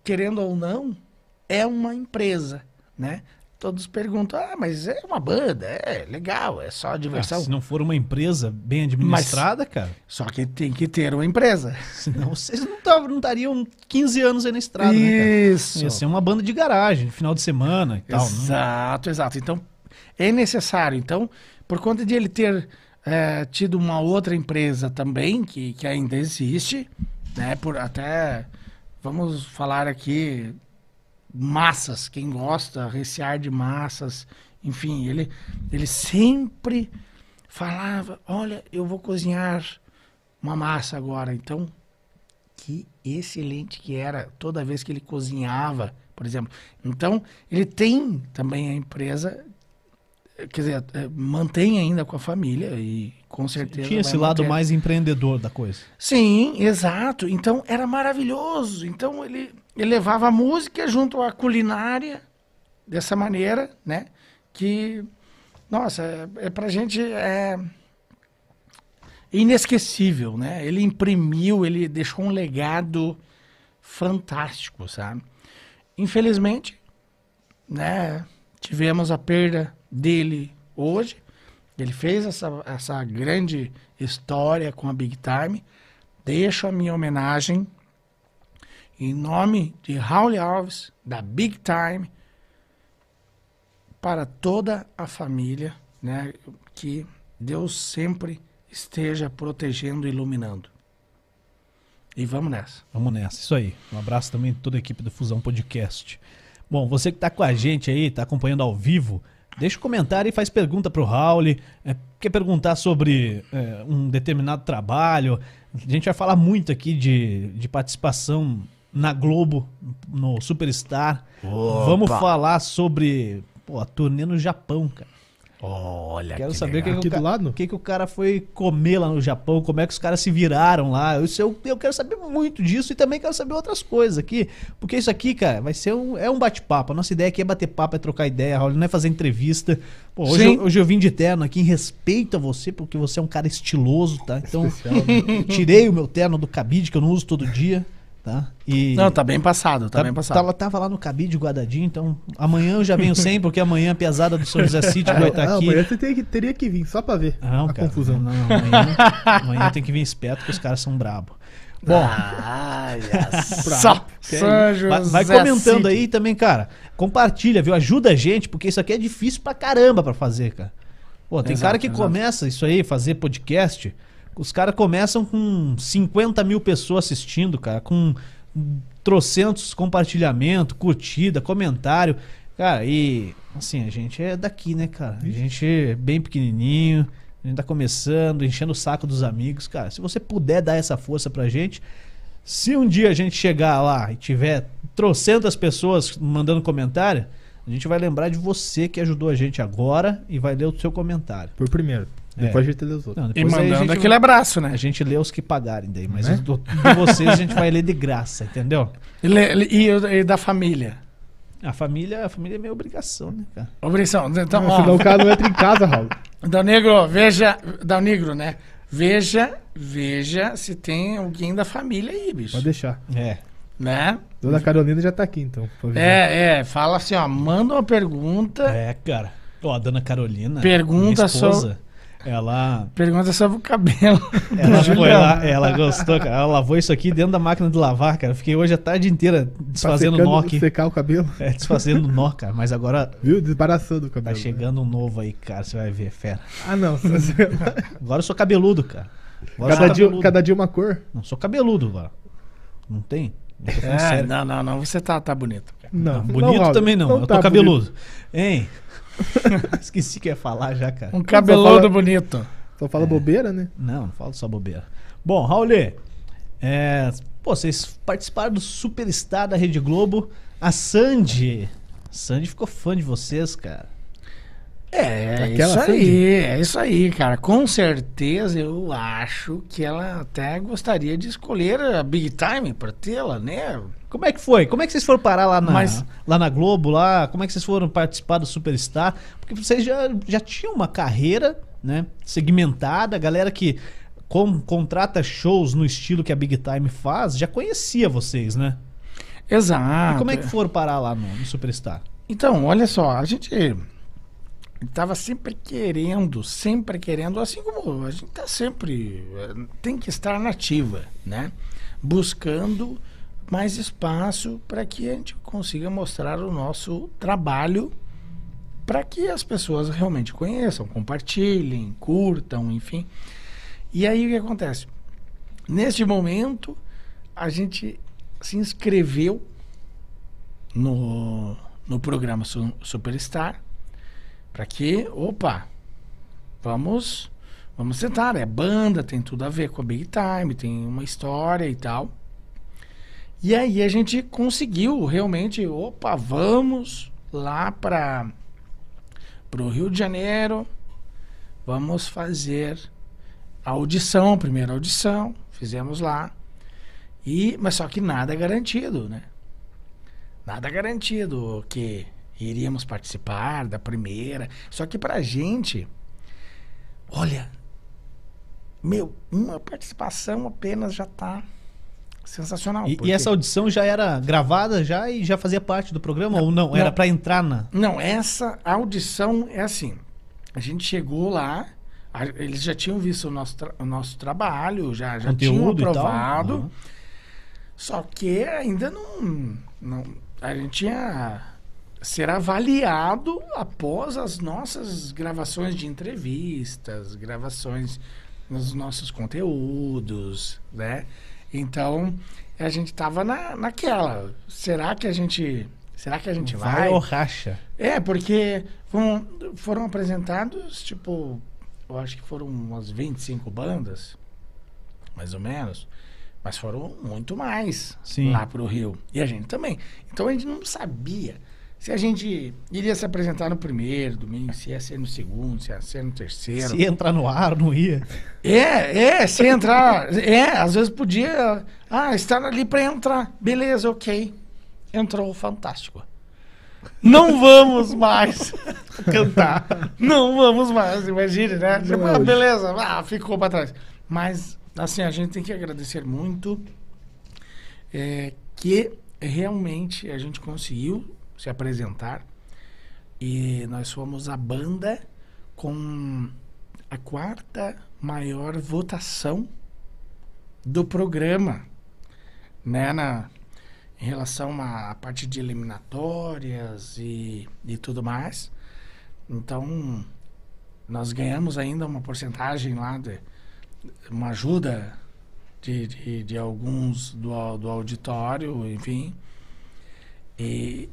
C: querendo ou não, é uma empresa, né? Todos perguntam: "Ah, mas é uma banda, é legal, é só
A: Ah,
C: diversão".
A: se não for uma empresa bem administrada, cara,
C: Só que tem que ter uma empresa.
A: senão vocês não tavam- não estariam 15 anos aí na estrada, né, cara?
C: Isso.
A: Ia ser uma banda de garagem, final de semana e tal. né?
C: Exato, exato. Então, é necessário. Então, por conta de ele ter eh, tido uma outra empresa também, que, que ainda existe, né? Por até, vamos falar aqui, massas, quem gosta, recear de massas, enfim, ele, ele sempre falava, olha, eu vou cozinhar uma massa agora, então que excelente que era toda vez que ele cozinhava, por exemplo. Então, ele tem também a empresa, eh, quer dizer, eh, mantém ainda com a família e com certeza.
A: Tinha
C: vai
A: esse lado
C: manter.
A: mais empreendedor da coisa.
C: Sim, exato. Então era maravilhoso. Então ele, ele levava a música junto à culinária dessa maneira, né? Que, nossa, é, é pra gente é inesquecível, né? Ele imprimiu, ele deixou um legado fantástico, sabe? Infelizmente, né? Tivemos a perda dele hoje. Ele fez essa, essa grande história com a Big Time. Deixo a minha homenagem em nome de Raul Alves, da Big Time, para toda a família, né? Que Deus sempre esteja protegendo e iluminando. E vamos nessa.
A: Vamos nessa, isso aí. Um abraço também a toda a equipe do Fusão Podcast. Bom, você que tá com a gente aí, tá acompanhando ao vivo, deixa um comentário e faz pergunta pro Raul. é, quer perguntar sobre é, um determinado trabalho? A gente vai falar muito aqui de, de participação na Globo, no Superstar. Vamos falar sobre pô, a turnê no Japão, cara.
C: É
D: Olha
A: Quero
D: que
A: saber o que,
D: legal.
A: que
B: Aqui
A: o
B: do
A: ca-
B: lado?
A: o que, que o cara foi comer lá no Japão, como é que os caras se viraram lá. Isso eu, eu quero saber muito disso e também quero saber outras coisas aqui. Porque isso aqui, cara, vai ser um, é um bate-papo. A nossa ideia aqui é bater papo, é trocar ideia, Raul, não é fazer entrevista. Pô, hoje,
C: Sim.
A: eu, hoje eu vim de terno aqui em respeito a você, porque você é um cara estiloso, tá? Então,
B: né?
A: eu tirei o meu terno do cabide, que eu não uso todo dia, tá? E
C: Não, tá bem passado, tá, bem passado.
A: Tava, tava lá no cabide guardadinho, então amanhã eu já venho sem, porque amanhã a pesada do São José City
B: *laughs*
A: vai estar
B: Ah,
A: Tá aqui. Ah.
B: amanhã você teria que, teria que vir, só pra ver
A: Não,
B: a
A: cara.
B: confusão.
A: Não, não, amanhã, amanhã tem que vir esperto que os caras são brabo.
C: Ah,
A: Bom,
C: Ai, só. São
A: vai, vai
C: José
A: comentando
C: City.
A: aí também, cara. Compartilha, viu? Ajuda a gente, porque isso aqui é difícil pra caramba pra fazer, cara. Pô, tem
C: Exato,
A: cara que
C: exato.
A: começa isso aí, fazer podcast. Os caras começam com 50 mil pessoas assistindo, cara, com trocentos compartilhamento, curtida, comentário. Cara, e assim, a gente é daqui, né, cara? A gente é bem pequenininho, a gente tá começando, enchendo o saco dos amigos. Cara, se você puder dar essa força pra gente, se um dia a gente chegar lá e tiver trocentas pessoas mandando comentário, a gente vai lembrar de você que ajudou a gente agora e vai ler o seu comentário.
B: Por primeiro.
A: É.
B: Depois a gente lê os outros.
A: Não,
C: E
A: depois aí a
C: mandando
A: gente-
C: aquele abraço, né?
A: A gente lê os que pagarem daí, mas
B: Né?
A: os do- de vocês a gente vai ler de graça, entendeu?
C: E, le- e- e da família.
A: A família, a família é minha obrigação, né, cara?
C: Obrigação. Então,
B: Não, senão
C: ó,
B: o cara não entra em casa, Raul.
C: Dal Negro, veja. Dal Negro, né? Veja, veja se tem alguém da família aí, bicho.
B: Pode deixar.
A: É.
C: Né?
B: Dona Carolina já tá aqui, então. pra avisar.
C: É, é. Fala assim, ó. Manda uma pergunta.
A: É, cara. Ó, a dona Carolina.
C: Pergunta
A: minha esposa, Ela,
C: Pergunta sobre o cabelo.
A: ela
C: Juliano.
A: foi lá, ela gostou, cara. Ela lavou isso aqui dentro da máquina de lavar, cara. Eu Fiquei hoje a tarde inteira
B: Tá
A: desfazendo
B: secando-
A: nó aqui.
B: Secar o cabelo.
A: *laughs* É, desfazendo nó, cara. Mas agora
B: Viu? Desbaraçando o
A: tá
B: cabelo. né?
A: chegando um novo aí, cara. Você vai ver, fera.
B: Ah, não.
A: *laughs* Agora tá eu sou cabeludo, cara. Agora eu
B: cada,
A: sou
B: dia, um-
A: cabeludo.
B: cada dia uma cor?
A: Não, sou cabeludo agora. Não tem? Eu tô falando
C: É,
A: sério.
C: não, não, não. Você tá, tá bonito.
A: Não,
B: Não.
A: bonito
B: Raul,
A: também não. eu tô
B: tá
A: cabeludo. Hein? *laughs* Esqueci que ia falar já, cara.
C: Um cabeludo
B: fala-
C: bonito.
B: bonito. Só
A: É.
B: fala bobeira, né?
A: Não, não falo só bobeira. Bom, Raulê, é, pô, vocês participaram do Superstar da Rede Globo. A Sandy. Sandy ficou fã de vocês, cara.
C: É, é
B: Aquela
C: isso
B: Sandy?
C: aí, é isso aí, cara. Com certeza eu acho que ela até gostaria de escolher a Big Time pra tê-la, né?
A: Como é que foi? Como é que vocês foram parar lá na,
C: Mas-
A: lá na Globo? Lá? Como é que vocês foram participar do Superstar? Porque vocês já, já tinham uma carreira né, segmentada, a galera que com- contrata shows no estilo que a Big Time faz, já conhecia vocês, né?
C: Exato.
A: E como é que foram parar lá no, no Superstar?
C: Então, olha só, a gente tava sempre querendo, sempre querendo, assim como a gente tá sempre eh, tem que estar nativa, né? Buscando mais espaço para que a gente consiga mostrar o nosso trabalho para que as pessoas realmente conheçam, compartilhem, curtam, enfim. E aí o que acontece? Neste momento, a gente se inscreveu no, no programa Su- Superstar para que, opa, vamos vamos tentar, é banda, tem tudo a ver com a Big Time, tem uma história e tal. E aí a gente conseguiu realmente, opa, vamos lá para o Rio de Janeiro, vamos fazer a audição, a primeira audição, fizemos lá. E, mas só que nada é garantido, né? nada garantido que iríamos participar da primeira. Só que pra gente, olha, meu, uma participação apenas já tá Sensacional.
A: E, e
C: porque-
A: essa audição já era gravada já e já fazia parte do programa ou não? Era
C: não.
A: pra entrar na.
C: Não, essa audição é assim. A gente chegou lá, a- eles já tinham visto o nosso, tra- o nosso trabalho, já, já tinham
A: Conteúdo e tal.
C: aprovado.
A: Aham.
C: Só que ainda não, não. A gente tinha. Ser avaliado após as nossas gravações de entrevistas, gravações nos nossos conteúdos, né? Então, a gente tava na, naquela. Será que a gente. Será que a gente vai?
A: Vai ou racha?
C: É, porque foram, foram apresentados, tipo, eu acho que foram umas 25 bandas, mais ou menos. Mas foram muito mais
A: Sim.
C: lá pro Rio. E a gente também. Então a gente não sabia se a gente iria se apresentar no primeiro domingo, se ia ser no segundo, se ia ser no terceiro.
A: Se ia entrar no ar, não ia.
C: É, é, se entrar. É, às vezes podia. Ah, estar ali pra entrar. Beleza, ok. Entrou, fantástico. Não vamos mais *laughs* cantar. Não vamos mais, imagine, né? Tipo, ah,
B: hoje.
C: beleza, ah, ficou pra trás. Mas, assim, a gente tem que agradecer muito é, que realmente a gente conseguiu se apresentar e nós fomos a banda com a quarta maior votação do programa, né, na, em relação à parte de eliminatórias e, e tudo mais. Então, nós ganhamos ainda uma porcentagem lá, de, uma ajuda de, de, de alguns do, au- do auditório, enfim. E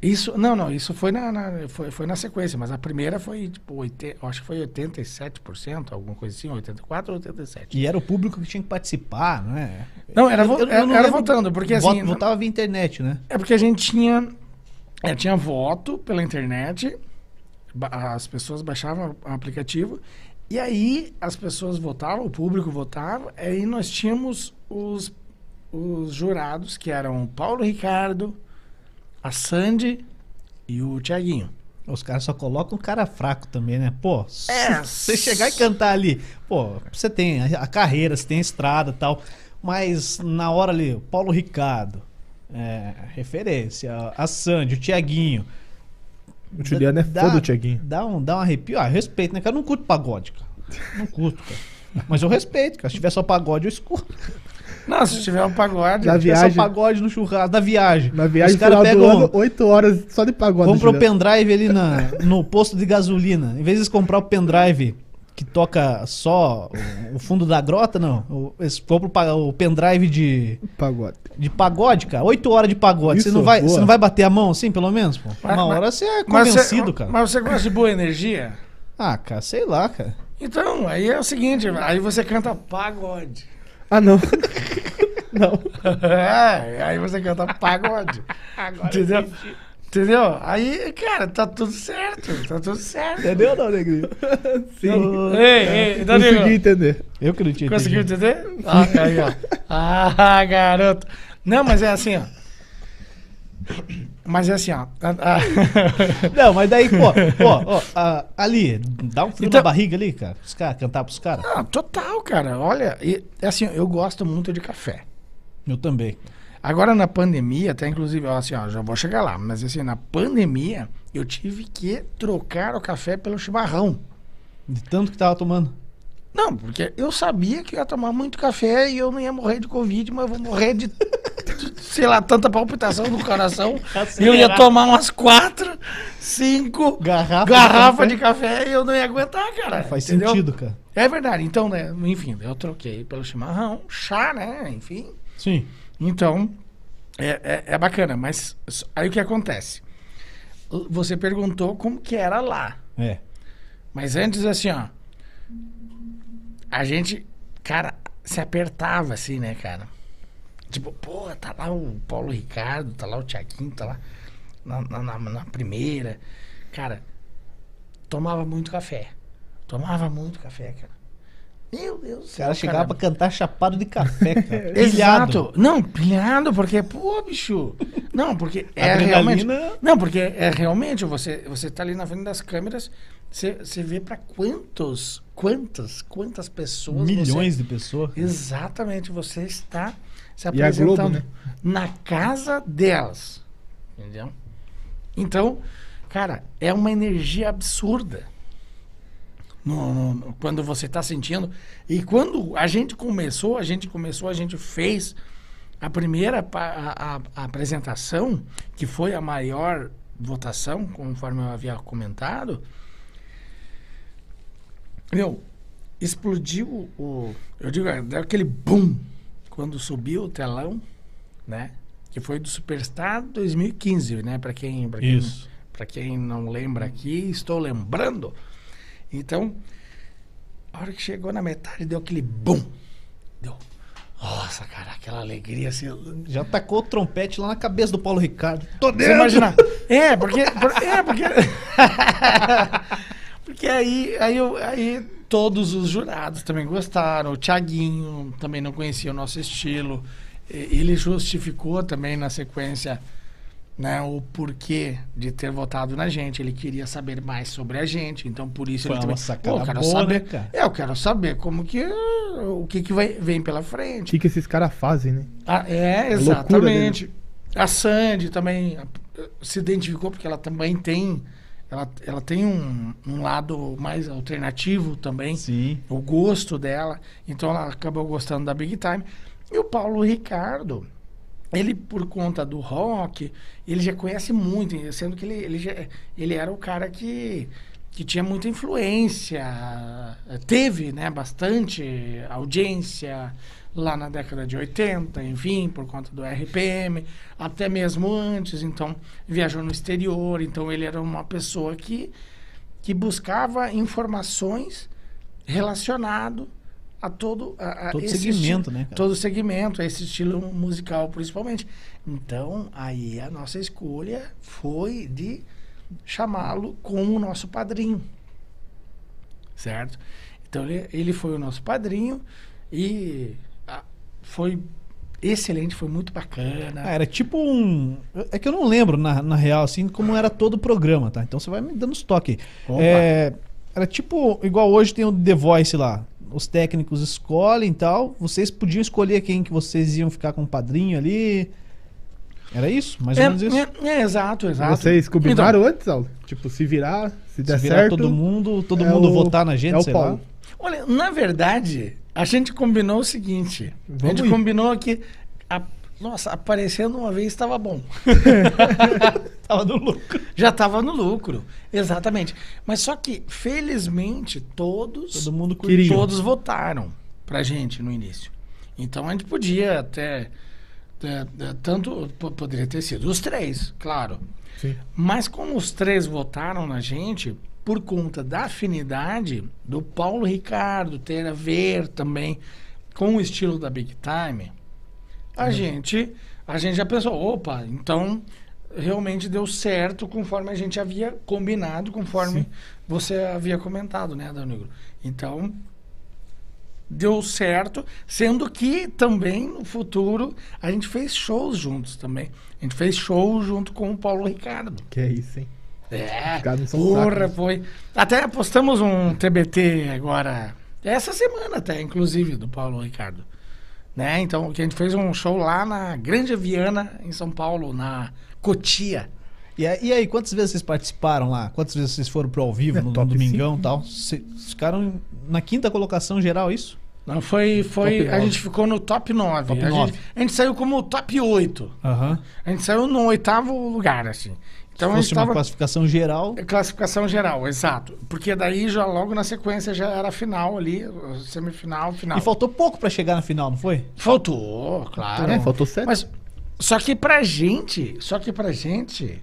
C: isso, não, não, isso foi na, na- foi, foi na sequência, mas a primeira foi, tipo, 80, eu acho que foi 87%, alguma coisa assim, 84 ou 87%.
A: E era o público que tinha que participar, né?
C: Não, era, vo-
A: Eu- eu não
C: era, era
A: lembro-
C: votando, porque
A: Vota-
C: assim...
A: Votava via internet, né?
C: É porque a gente tinha. é, tinha voto pela internet, ba- as pessoas baixavam o aplicativo, e aí as pessoas votavam, o público votava, aí nós tínhamos os, os jurados, que eram o Paulo Ricardo, a Sandy e o Tiaguinho.
A: Os caras só colocam o cara fraco também, né? Pô, se
C: É,
A: você chegar e cantar ali, pô, você tem a a carreira, você tem a estrada e tal, mas na hora ali, o Paulo Ricardo, é, referência, a Sandy, o Tiaguinho.
B: O Juliano é
A: Dá-
B: foda, o Tiaguinho.
A: Dá um, dá um arrepio. Ah, respeito, né? Cara, eu não curto pagode, cara. Não curto, cara. Mas eu respeito, cara. Se tiver só pagode, eu escuto.
C: Não, se tiver um pagode.
B: Da
A: Se tiver só
B: viagem.
A: pagode no churrasco, da viagem.
B: Na viagem
A: Os caras
B: final do
A: pegam.
B: ano, 8 horas só de pagode.
A: Compra um o
B: Juliano.
A: pendrive ali na, no posto de gasolina. Em vez de eles comprar o pendrive que toca só o- o fundo da grota, não. O- Eles compram o pa- o pendrive de,
B: Pagode.
A: de pagode, cara. Oito horas de pagode. Você
B: Isso,
A: não, vai,
B: boa.
A: você não vai bater a mão assim, pelo menos? Pô?
C: Mas-
A: Uma
C: mas-
A: hora você é
C: Mas você-
A: convencido, cara.
C: Mas você gosta de boa energia?
A: Ah, cara, sei lá, cara.
C: Então, aí é o seguinte, aí você canta pagode.
B: Ah, não. *laughs* não.
C: *laughs* É, aí você canta pagode. entendeu? Entendeu? Aí, cara, tá tudo certo. Tá tudo certo.
B: Entendeu não, Negrinho? Sim.
C: Ei, ei, então, nego,
B: Consegui entender.
A: Eu que não tinha
C: conseguiu
A: entendido.
C: entender? Ah, aí, ó. Ah, garoto. Não, mas é assim, ó. Mas é assim, ó. Ah, ah.
A: Não, mas daí,
C: *laughs*
A: pô, ó, ó, ah, ali, dá um frio
C: Então-
A: na barriga ali, cara. Os caras, cantar pros caras.
C: Ah, total, cara. Olha, e- é assim, eu gosto muito de café.
A: Eu também.
C: Agora na pandemia, até inclusive, ó, assim, ó, já vou chegar lá, mas assim, na pandemia, eu tive que trocar o café pelo chimarrão.
A: De tanto que tava tomando.
C: Não, porque eu sabia que eu ia tomar muito café e eu não ia morrer de Covid, mas eu vou morrer de, de, sei lá, tanta palpitação do coração. eu ia tomar umas quatro, cinco
A: Garrafa de
C: garrafa
A: café.
C: de café e eu não ia aguentar, cara.
A: Faz
C: entendeu?
A: sentido, cara.
C: É verdade. Então, né, enfim, eu troquei pelo chimarrão, chá, né, enfim.
A: Sim.
C: Então, é, é, é bacana, mas s- aí o que acontece? Você perguntou como que era lá.
A: É.
C: Mas antes, assim, ó. A gente, cara, se apertava assim, né, cara? Tipo, pô, tá lá o Paulo Ricardo, tá lá o Tiaguinho, tá lá na, na- na- na primeira. Cara, tomava muito café. Tomava muito café, cara. Meu Deus do
A: O
C: céu.
A: cara chegava pra cantar chapado de café, cara.
C: *laughs* É, Exato. Não, pilhado, porque, pô, bicho. Não, porque é realmente.
A: Adrenalina.
C: Não, porque é realmente, você, você tá ali na frente das câmeras, você, você vê pra quantos, quantas, quantas pessoas. você-
A: Milhões de pessoas.
C: Exatamente, você está se
B: E a Globo,
C: apresentando
B: né?
C: na casa delas. Entendeu? Então, cara, é uma energia absurda. No- no- no- quando você está sentindo. E quando a gente começou, a gente começou, a gente fez a primeira pa- a, a- a apresentação, que foi a maior votação, conforme eu havia comentado. Meu, explodiu o. Eu digo, é, deu aquele boom quando subiu o telão, né? Que foi do Superstar 2015, né? Para quem, pra quem
A: Isso.
C: para quem não lembra aqui, estou lembrando. Então, a hora que chegou na metade, deu aquele bum. Deu. Nossa, cara, aquela alegria assim.
A: Já tacou o trompete lá na cabeça do Paulo Ricardo. Tô
C: Você
A: dentro!
C: imagina? É, porque. por-
A: *laughs*
C: é, porque. porque aí, aí, eu- aí todos os jurados também gostaram. O Thiaguinho também não conhecia o nosso estilo. E- Ele justificou também na sequência né, o porquê de ter votado na gente. Ele queria saber mais sobre a gente. Então, por isso
A: Foi
C: ele
A: uma
C: também.
A: sacada
C: eu quero
A: boa,
C: saber.
A: né, cara?
C: é, Eu quero saber como que. O que, que vai, vem pela frente.
B: O que, que esses caras fazem, né?
C: Ah, é,
B: loucura
C: exatamente. A Sandy também eh, se identificou porque ela também tem, ela, ela tem um, um lado mais alternativo também,
A: Sim.
C: o gosto dela. Então ela acabou gostando da Big Time. E o Paulo Ricardo, ele por conta do rock, ele já conhece muito, sendo que ele, ele, já, ele era o cara que, que tinha muita influência, teve né, bastante audiência lá na década de 80, enfim, por conta do RPM, até mesmo antes, então viajou no exterior, então ele era uma pessoa que, que buscava informações relacionado a todo a, a
A: Todo
C: esse
A: segmento,
C: estilo-
A: né, cara?
C: todo segmento, a esse estilo musical principalmente. Então, aí a nossa escolha foi de chamá-lo como nosso padrinho. Certo? Então ele, ele foi o nosso padrinho e ah, foi excelente, foi muito bacana.
A: Ah, era tipo um. É que eu não lembro, na, na real, assim, como era todo o programa, tá? Então você vai me dando os toques. aí.
C: Opa.
A: É, era tipo, igual hoje tem o The Voice lá. Os técnicos escolhem e tal. Vocês podiam escolher quem que vocês iam ficar com o padrinho ali. Era isso? Mais ou menos isso?
C: É, é, exato, exato.
B: Vocês
C: Então,
B: combinaram antes, Saulo? Tipo, se virar, se der
A: Se virar
B: certo.
A: todo mundo, todo
B: é
A: mundo
B: o-
A: votar na gente,
B: é o
A: sei
B: Paulo.
A: lá.
C: Olha, na verdade, a gente combinou o seguinte. a
B: Vamos
C: gente
B: ir.
C: combinou que. a- nossa, aparecendo uma vez estava bom.
A: Tava no louco.
C: Já estava no lucro. Exatamente. Mas só que, felizmente, todos.
A: Todo mundo
B: Queria.
A: curtiu.
C: Todos votaram pra gente no início. Então a gente podia até. é, é, tanto po- poderia ter sido os três, claro.
B: Sim.
C: Mas como os três votaram na gente, por conta da afinidade do Paulo Ricardo ter a ver também com o estilo da Big Time, a gente a gente já pensou, opa, então realmente deu certo conforme a gente havia combinado, conforme você havia comentado, né, Adão Negro? Então, deu certo, sendo que também no futuro a gente fez shows juntos também. A gente fez show junto com o Paulo Ricardo.
B: Que é isso, hein?
C: É,
B: caras não são
A: né?
C: porra,
B: fracos.
C: foi. Até postamos um TBT agora, essa semana até, inclusive, do Paulo Ricardo. Né? Então, que a gente fez um show lá na Grande Viana, em São Paulo, na Cotia.
A: E aí, e aí, quantas vezes vocês participaram lá? Quantas vezes vocês foram pro ao vivo
B: É,
A: no, no
B: top
A: domingão e tal? Vocês ficaram na quinta colocação geral, é isso?
C: Não, foi, foi
B: Top
C: a
B: nove.
C: gente ficou no top 9.
A: Top
C: a,
A: nove.
C: Gente, a gente saiu como top 8.
A: Aham.
C: A gente saiu no oitavo lugar, assim. Então,
A: Se
C: a
A: fosse
C: gente
A: uma
C: tava...
A: classificação geral,
C: Classificação geral, exato. Porque daí já logo na sequência já era a final ali, semifinal, final.
A: E faltou pouco pra chegar na final, não foi?
C: Faltou, claro.
B: É, faltou sete.
C: Mas só que pra gente, só que pra gente.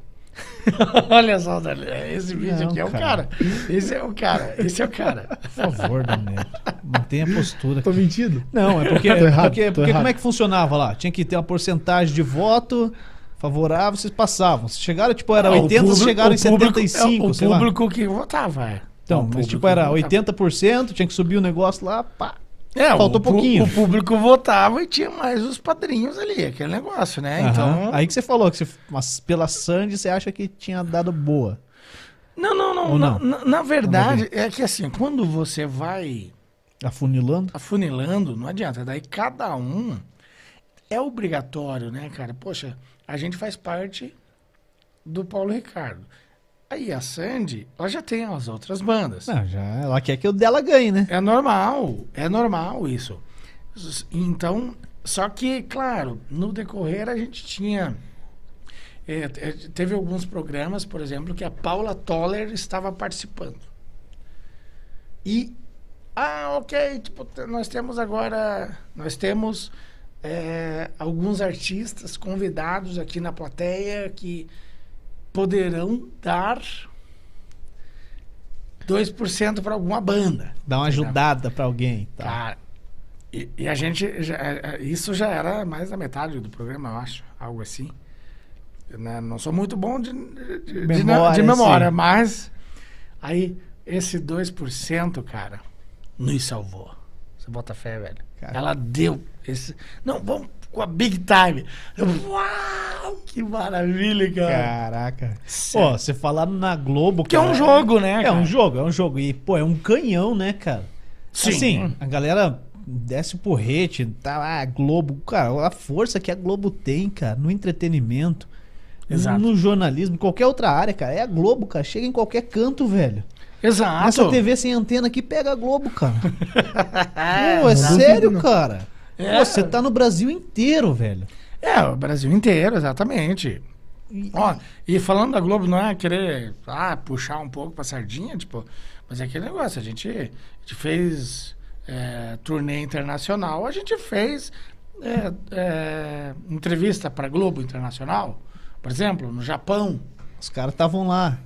C: *laughs* Olha só, Daniel, esse vídeo
A: Não,
C: aqui é o
A: cara.
C: cara. Esse é o cara, esse é o cara.
A: Por favor, Daniel. Mantenha a postura.
B: Tô mentindo?
A: *laughs* Não, é porque,
B: Tô errado,
A: porque,
B: tô
A: porque
B: errado.
A: como é que funcionava lá? Tinha que ter uma porcentagem de voto favorável, vocês passavam. Vocês chegaram, tipo, era
C: Ah, o
A: 80, vocês
C: público-
A: chegaram em
C: o público-
A: 75,
C: é, O
A: sei lá.
C: público que votava, é. O
A: Então, mas
C: público
A: tipo, era
C: que
A: 80%, tinha que subir o negócio lá, pá.
C: É,
A: Faltou
C: o pu-
A: pouquinho.
C: O público votava e tinha mais os padrinhos ali, aquele negócio, né?
A: Então...
C: Então.
A: Aí que você falou, que você, mas pela Sandy você acha que tinha dado boa.
C: Não, não, não.
A: Ou
C: Na,
A: não?
C: na- na verdade, é que assim, quando você vai
A: Afunilando.
C: Tá afunilando, não adianta. Daí cada um. é obrigatório, né, cara? Poxa, a gente faz parte do Paulo Ricardo. Aí a Sandy, ela já tem as outras bandas.
A: Não, já, ela quer que o dela ganhe, né?
C: É normal, é normal isso. S- Então, só que, claro, no decorrer a gente tinha. eh, te- eh, teve alguns programas, por exemplo, que a Paula Toller estava participando. E. Ah, ok, tipo, t- nós temos agora. Nós temos eh, alguns artistas convidados aqui na plateia que poderão dar 2% para alguma banda.
A: Dá uma ajudada pra alguém. tá? e tal.
C: Cara, e, e a gente. já- é, isso já era mais da metade do programa, eu acho. Algo assim. Eu né, não sou muito bom de, de- de- de
A: Memória,
C: de memória
A: sim.
C: mas. Aí, esse 2%, cara, nos salvou. Você bota fé, velho.
A: Cara.
C: Ela deu esse. Não, vamos com a Big Time. Eu, uau, que maravilha, cara.
A: Caraca. Pô,
C: Sério.
A: você falar na Globo.
C: que é um
A: cara,
C: jogo, né?
A: É
C: cara?
A: um jogo, é um jogo. E, pô, é um canhão, né, cara?
C: Sim.
A: Assim, a galera desce o porrete, tá lá, a Globo. Cara, a força que a Globo tem, cara, no entretenimento,
C: Exato.
A: no jornalismo, em qualquer outra área, cara. É a Globo, cara. Chega em qualquer canto, velho.
C: Exato.
A: Essa TV sem antena aqui pega a Globo, *laughs* cara. Pô, é
B: não duvido,
A: sério,
B: não.
A: cara.
C: É.
A: Pô, Você tá no Brasil inteiro, velho.
C: É, o Brasil inteiro, exatamente. Ó, e falando da Globo, não é querer ah, puxar um pouco pra sardinha, tipo, mas é aquele negócio, a gente, a gente fez é, turnê internacional, a gente fez é, é, entrevista pra Globo Internacional, por exemplo, no Japão.
A: Os caras estavam lá.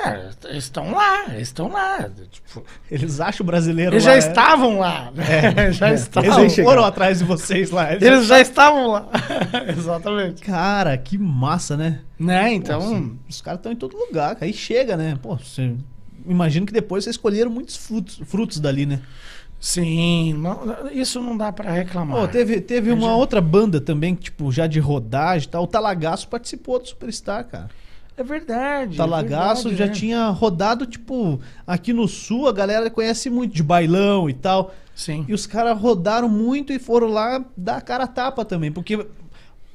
C: É, est- estão lá, estão lá. tipo,
A: Eles acham o brasileiro
C: eles
A: lá.
C: já
A: é.
C: estavam lá. né? *laughs* já
A: Eles
C: estavam.
A: não
B: Eles chegaram.
A: foram atrás de vocês lá. Eles
C: Eles já estavam lá. *laughs* Exatamente.
A: Cara, que massa, né? Pô,
C: Né, então.
A: assim, os caras estão em todo lugar. cara. Aí chega, né? Pô, você... imagino que depois vocês colheram muitos frutos, frutos dali, né?
C: Sim, não- isso não dá pra reclamar.
A: Pô, teve, teve uma
C: já-
A: outra banda também, que, tipo, já de rodagem e tal. O Talagaço participou do Superstar, cara.
C: É verdade.
A: O Talagaço
C: é verdade,
A: Tá já
C: né?
A: tinha rodado, tipo, aqui no sul a galera conhece muito de bailão e tal.
C: Sim.
A: E os caras rodaram muito e foram lá dar a cara a tapa também. Porque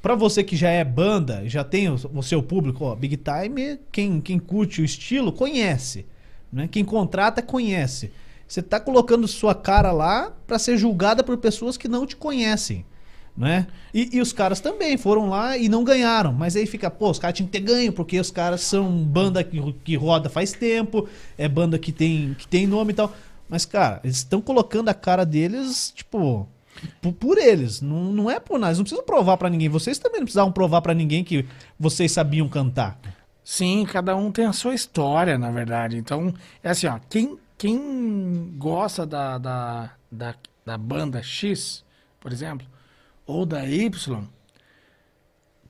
A: pra você que já é banda, já tem o, o seu público, ó, Big Time, quem, quem curte o estilo, conhece. Né? Quem contrata, conhece. Você tá colocando sua cara lá pra ser julgada por pessoas que não te conhecem. Né? E, e os caras também foram lá e não ganharam. Mas aí fica, pô, os caras tinham que ter ganho, porque os caras são banda que, ro- que roda faz tempo, é banda que tem, que tem nome e tal. Mas, cara, eles estão colocando a cara deles, tipo, por, por eles. Não, não é por nada. Eles não precisam provar pra ninguém. Vocês também não precisavam provar pra ninguém que vocês sabiam cantar.
C: Sim, cada um tem a sua história, na verdade. Então, é assim, ó, quem, quem gosta da, da, da, da banda X, por exemplo, ou da Y,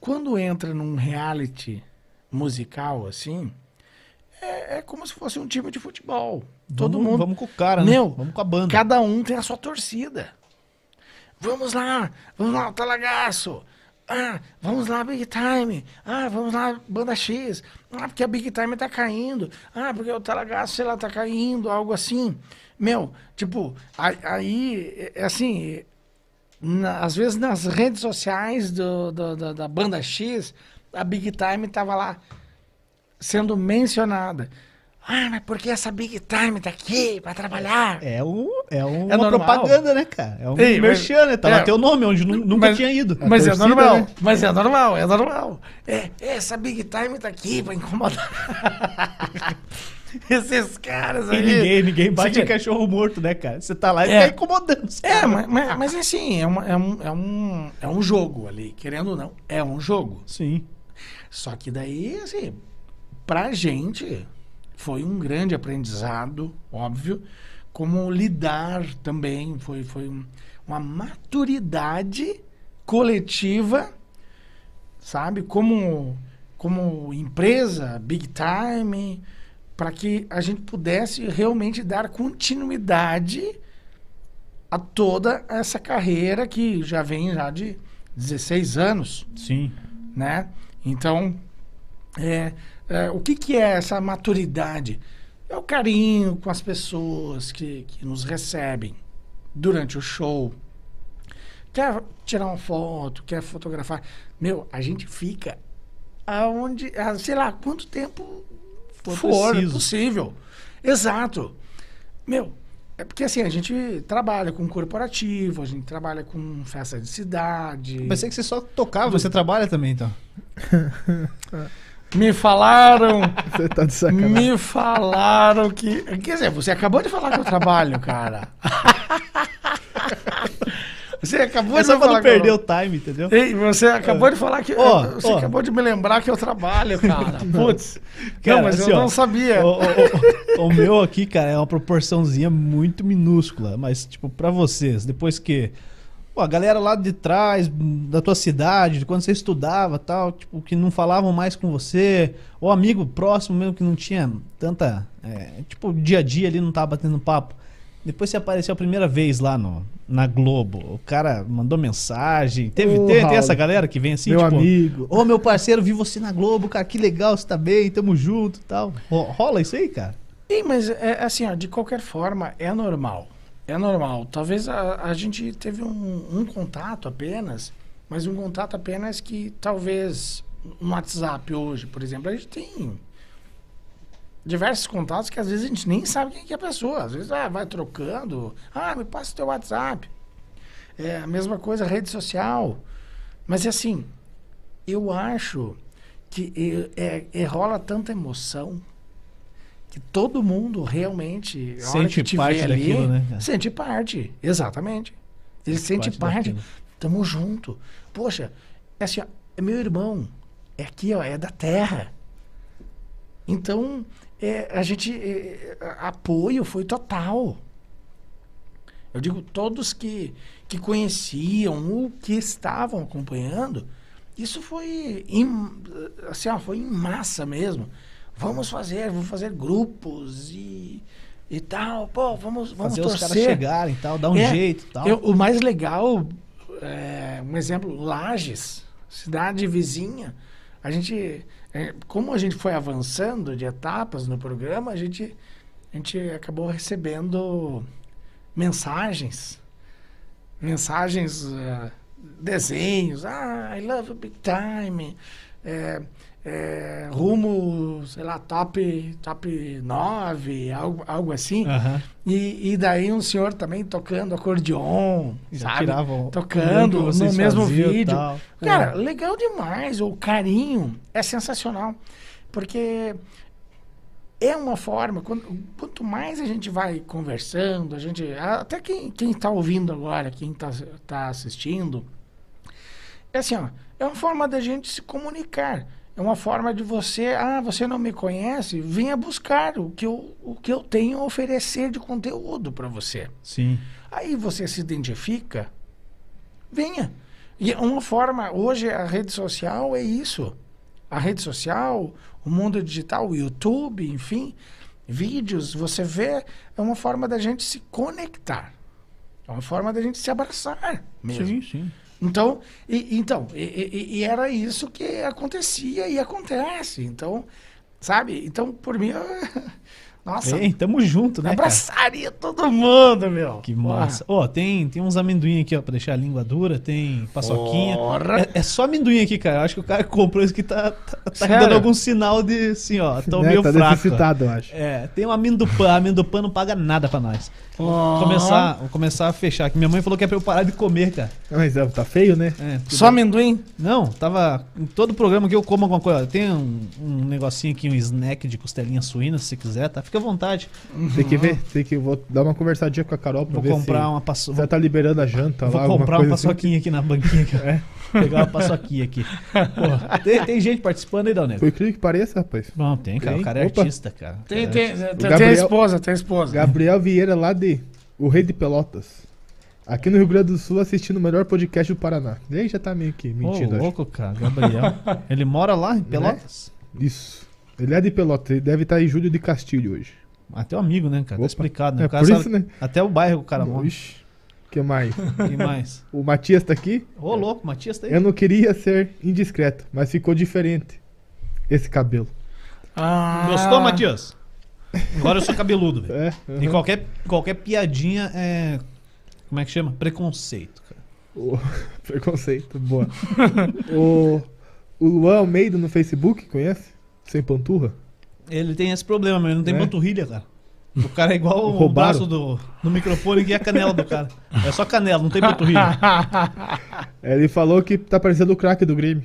C: quando entra num reality musical, assim, é, é como se fosse um time de futebol. Todo
A: Vamos-
C: mundo
A: Vamos com o cara,
C: Meu,
A: né? Vamos com a banda.
C: Cada um tem a sua torcida. Vamos lá, vamos lá, Talagaço. Ah, vamos lá, Big Time. Ah, vamos lá, Banda X. Ah, porque a Big Time tá caindo. Ah, porque o Talagaço, sei lá, tá caindo, algo assim. Meu, tipo, a- aí, é assim, na- às vezes nas redes sociais do, do- do- da Banda X, a Big Time tava lá sendo mencionada. Ah, mas por que essa Big Time tá aqui pra trabalhar?
A: É, um, é uma
C: normal.
A: propaganda, né, cara? É um
C: Ei, mas-
A: merchan, né? Tá
C: é.
A: lá teu nome, onde nu- nunca
C: Mas-
A: tinha ido.
C: Mas
B: A
C: é
B: torcida,
C: normal,
B: né?
C: mas é normal, é normal. É, essa Big Time tá aqui pra incomodar. *laughs* Esses caras
A: E
C: aí.
A: ninguém, ninguém bate
C: Sim.
A: em cachorro morto, né, cara? Você tá lá e
C: É.
A: tá incomodando. os
C: É,
A: caras.
C: mas, mas, mas assim, é, uma- é um, é, um, é um jogo ali, querendo ou não, é um jogo.
A: Sim.
C: Só que daí, assim, pra gente foi um grande aprendizado, óbvio, como lidar também, foi, foi um- uma maturidade coletiva, sabe? Como, como empresa, big time, para que a gente pudesse realmente dar continuidade a toda essa carreira que já vem já de 16 anos
A: Sim.
C: né? Então, é, é, o que, que é essa maturidade? É o carinho com as pessoas que, que nos recebem durante o show, Quer tirar uma foto, quer fotografar. Meu, a gente fica aonde, a, sei lá, quanto tempo
A: For
C: for é
A: preciso.
C: possível. Exato. Meu, é porque assim, a gente trabalha com corporativo, a gente trabalha com festa de cidade.
A: Pensei que você só tocava, você trabalha também, então. *laughs*
C: Me falaram
B: Você tá de sacanagem.
C: Me falaram que. Quer dizer, você acabou de falar que eu
A: *laughs*
C: trabalho, cara. Você acabou
A: É
C: de
A: só pra
C: falar.
A: não
C: que eu-
A: perder o time, entendeu?
C: Ei, você acabou de falar que.
A: Ó,
C: você
A: ó.
C: acabou de me lembrar que eu trabalho, cara. Putz.
A: *laughs* Cara,
C: não, mas
A: assim,
C: eu
A: ó,
C: não sabia.
A: O, o- o- o meu aqui, cara, é uma proporçãozinha muito minúscula. Mas, tipo, pra vocês, depois que. Pô, a galera lá de trás, hum, da tua cidade, de quando você estudava tal, tipo, que não falavam mais com você, ou amigo próximo mesmo que não tinha tanta. é, tipo, dia a dia ali não tava batendo papo. Depois você apareceu a primeira vez lá no, na Globo. O cara mandou mensagem. Teve,
B: Ô,
A: tem, tem
B: Raul,
A: essa galera que vem assim,
B: Meu
A: tipo.
B: amigo.
A: Ô, meu parceiro, vi você na Globo, cara, que legal, você tá bem, tamo junto e tal. Ro- Rola isso aí, cara?
C: Ei, mas é assim, ó, de qualquer forma, é normal. É normal. Talvez a, a gente teve um, um contato apenas, mas um contato apenas que talvez no WhatsApp hoje, por exemplo, a gente tem diversos contatos que às vezes a gente nem sabe quem que é a pessoa. Às vezes ah, vai trocando, ah, me passa o teu WhatsApp. É a mesma coisa, rede social. Mas é assim, eu acho que é- é- é- rola tanta emoção que todo mundo realmente a hora
A: Sente
C: que te vê
A: parte
C: ali,
A: daquilo, né, cara?
C: Sente parte, exatamente. Ele sente,
A: parte
C: parte.
A: daquilo.
C: Tamo junto. Poxa, é assim, ó, é meu irmão. É aqui, ó, é da terra. Então, é, a gente. é, é, apoio foi total. Eu digo, todos que, que conheciam ou que estavam acompanhando, isso foi em, assim, ó, foi em massa mesmo. Vamos fazer, vamos fazer grupos e, e tal. Pô, vamos, vamos
A: Fazer os
C: torcer.
A: caras chegarem e tal, dar um
C: É,
A: jeito e tal.
C: eu- o mais legal, é, um exemplo, Lages, cidade vizinha. A gente, é, como a gente foi avançando de etapas no programa, a gente, a gente acabou recebendo mensagens, mensagens, é, desenhos, ah, I love big time, é, é, rumo, sei lá, top, top 9, algo, algo assim.
A: Aham.
C: E, e daí um senhor também tocando acordeon,
A: Já
C: sabe?
A: tiravam
C: tocando
A: o que
C: no
A: vocês
C: mesmo
A: faziam e
C: vídeo.
A: tal. É.
C: Cara, legal demais. O carinho é sensacional. Porque é uma forma, quando- quanto mais a gente vai conversando, a gente. Até quem está ouvindo agora, quem está tá assistindo, é assim, ó, é uma forma da gente se comunicar. É uma forma de você, ah, você não me conhece, venha buscar o que eu, o que eu tenho a oferecer de conteúdo para você.
A: Sim.
C: Aí você se identifica, venha. E é uma forma, hoje a rede social é isso. A rede social, o mundo digital, o YouTube, enfim, vídeos, você vê, é uma forma da gente se conectar. É uma forma da gente se abraçar mesmo.
A: sim.
C: Então, e, então e, e- e era isso que acontecia e acontece. Então, sabe? Então, por mim, *laughs* eu... nossa,
A: Bem, tamo junto, né, cara?
C: abraçaria todo mundo, meu.
A: Que
C: Porra.
A: massa. Ó, tem, tem uns amendoim aqui, ó, pra deixar a língua dura, tem paçoquinha.
C: Porra.
A: É, é só amendoim aqui, cara. Eu acho que o cara comprou isso que tá, tá, tá
C: Sério?
A: dando algum sinal de, assim, ó, tô
B: né?
A: meio
B: Tá
A: fraco. ó.
B: necessitado, eu acho.
A: É, tem um amendopan, amendopan não paga nada pra nós. Vou começar, vou começar a fechar aqui. Minha mãe falou que é pra eu parar de comer, cara.
B: Mas é, tá feio, né?
A: É, porque
C: Só amendoim?
A: Não, tava. Em todo programa que eu como alguma coisa. Tem um, um negocinho aqui, um snack de costelinha suína, se você quiser, tá? Fica à vontade.
B: Tem que ver, tem que vou dar uma conversadinha com a Carol pra
A: Vou
B: ver
A: comprar
B: se
A: uma paço...
B: se ela tá liberando a janta lá,
A: Vou
B: alguma
A: comprar um uma
B: coisa assim. É.
A: paçoquinha aqui na banquinha. Aqui. Pegar uma paçoquinha aqui. Porra, tem, tem gente participando aí, Dalnego?
B: Foi incrível que pareça, rapaz.
A: Não, tem, cara. O
B: Tem?
A: cara é
B: Opa.
A: artista, cara.
C: Tem,
A: Cara,
C: tem, tem, tem a
B: Gabriel-
C: esposa, tem a esposa.
B: Gabriel Vieira lá de O Rei de Pelotas. Aqui no Rio Grande do Sul assistindo o melhor podcast do Paraná. Ele já tá meio que
A: Ô,
B: mentindo, acho. Né?
A: louco, cara. Gabriel. Ele mora lá em Pelotas?
B: Isso. Ele é de Pelotas, ele deve estar em Júlio de Castilho hoje.
A: Até o amigo, né, cara? Tá
B: Opa.
A: explicado, né?
B: É
A: O cara
B: por
A: sabe-
B: isso, né?
A: Até o bairro o cara mora.
B: Ixi, que mais?
A: Quem mais?
B: O Matias tá aqui?
A: Ô, louco, Matias tá aí?
B: Eu não queria ser indiscreto, mas ficou diferente esse cabelo.
C: Ah.
A: Gostou,
B: *laughs*
A: Matias? Agora eu sou cabeludo, velho.
B: É,
A: E qualquer, qualquer piadinha é. Como é que chama? Preconceito, cara.
B: O... *laughs* Preconceito, boa. o... o Luan Almeida no Facebook, conhece? Sem panturra?
A: Ele tem esse problema, mas ele não tem
B: É.
A: panturrilha, cara. O cara é igual o
B: Roubaram.
A: braço do, do microfone que é a canela do cara. É só canela, não tem
B: *laughs*
A: panturrilha.
B: Ele falou que tá parecendo o craque do Grêmio.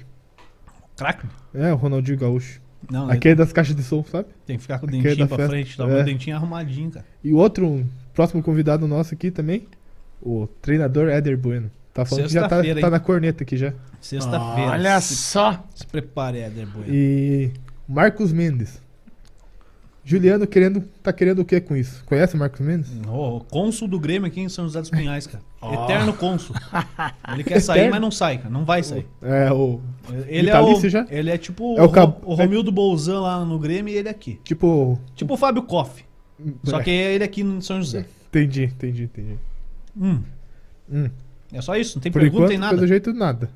A: Crack?
B: É, o Ronaldinho Gaúcho.
A: Não, né?
B: Aquele das caixas de som, sabe?
A: tem que ficar com o
B: aquele
A: dentinho
B: da
A: pra
B: festa.
A: frente. Tá? com
B: É.
A: O dentinho arrumadinho, cara.
B: E o outro um próximo convidado nosso aqui também, o treinador Éder Bueno. Tá falando que já tá,
A: Sexta-feira,
B: tá
A: hein? É.
B: na corneta aqui já.
A: Sexta-feira.
C: Olha
A: se,
C: só.
A: se prepare, Éder Bueno.
B: E Marcos Mendes. Juliano querendo, tá querendo o que com isso? Conhece o Marcos Mendes?
A: Ô, o cônsul do Grêmio aqui em São José dos Pinhais, cara.
C: Ó.
A: Eterno cônsul. Ele quer sair,
B: Eterno.
A: mas não sai, cara. Não vai sair.
B: É, o.
A: Ele é, o,
B: Vitalício já?
A: ele é tipo
B: É o
A: o,
B: Cab-
A: Ro- o Romildo Bolzan lá no Grêmio e ele é aqui.
B: Tipo.
A: Tipo o Fábio Koff. Só
B: é,
A: que é ele aqui em São José.
B: Entendi, entendi, entendi.
A: Hum,
B: Hum,
A: é só isso, não tem
B: É. Por
A: pergunta,
B: enquanto,
A: tem nada.
B: pelo jeito, nada.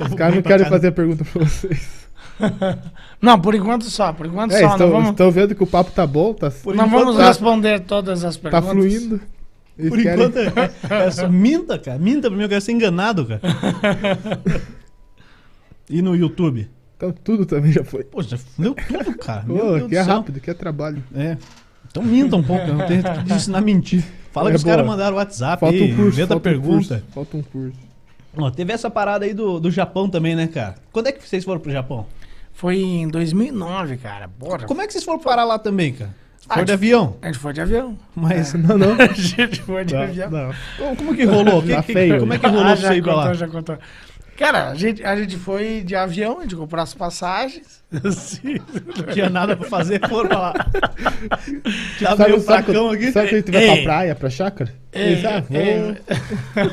B: Os
A: Tô bem
B: caras não
A: pra né?
B: querem
A: caramba.
B: fazer a pergunta pra vocês.
C: Não, por enquanto só, por enquanto
B: É,
C: só.
B: estão,
C: não vamos,
B: estão vendo que o papo tá bom, tá,
A: Por
C: não
A: enquanto é
C: vamos
B: tá-
C: responder todas as
B: tá
C: perguntas.
B: fluindo. Eles
A: Por
B: querem-
A: enquanto, é, é só- minta, cara. Minta pra mim, eu quero ser enganado, cara. e no YouTube?
B: Então tudo também já foi.
A: Pô, já deu tudo, cara. Meu
B: Ô,
A: Deus
B: que
A: do
B: é
A: céu.
B: rápido, que é trabalho.
A: É. Então minta um pouco, eu não tenho que te ensinar a mentir. Fala
B: É
A: que os caras
B: boa.
A: mandaram WhatsApp
B: Falta
A: aí,
B: um curso.
A: inventa
B: falta Um
A: pergunta.
B: curso, falta um curso.
A: Ó, teve essa parada aí do, do Japão também, né, cara? Quando é que vocês foram pro Japão?
C: Foi em 2009, cara. Bora.
A: Como é que vocês foram parar lá também, cara?
C: Tá. Ah,
A: Foi de
C: de-
A: avião,
C: A gente foi de avião.
A: mas
B: Não, não.
C: A *laughs* gente foi de
B: não,
C: avião.
B: não.
A: Como- como que rolou? Que-
B: Tá
A: que-
B: feio.
A: como é que rolou
C: Ah,
A: isso aí pra lá?
C: já contou. Cara, a gente, a gente foi de avião, a gente comprou as passagens.
A: *laughs*
C: Assim,
A: Não tinha nada pra fazer, foram
B: *laughs*
A: pra lá. Já
B: Sabe,
A: veio o
B: o saco-
A: Tá fracão aqui.
B: sabe quando tu vai pra
C: Ei.
B: praia, pra chácara? Eles, ah, vou,
C: ei,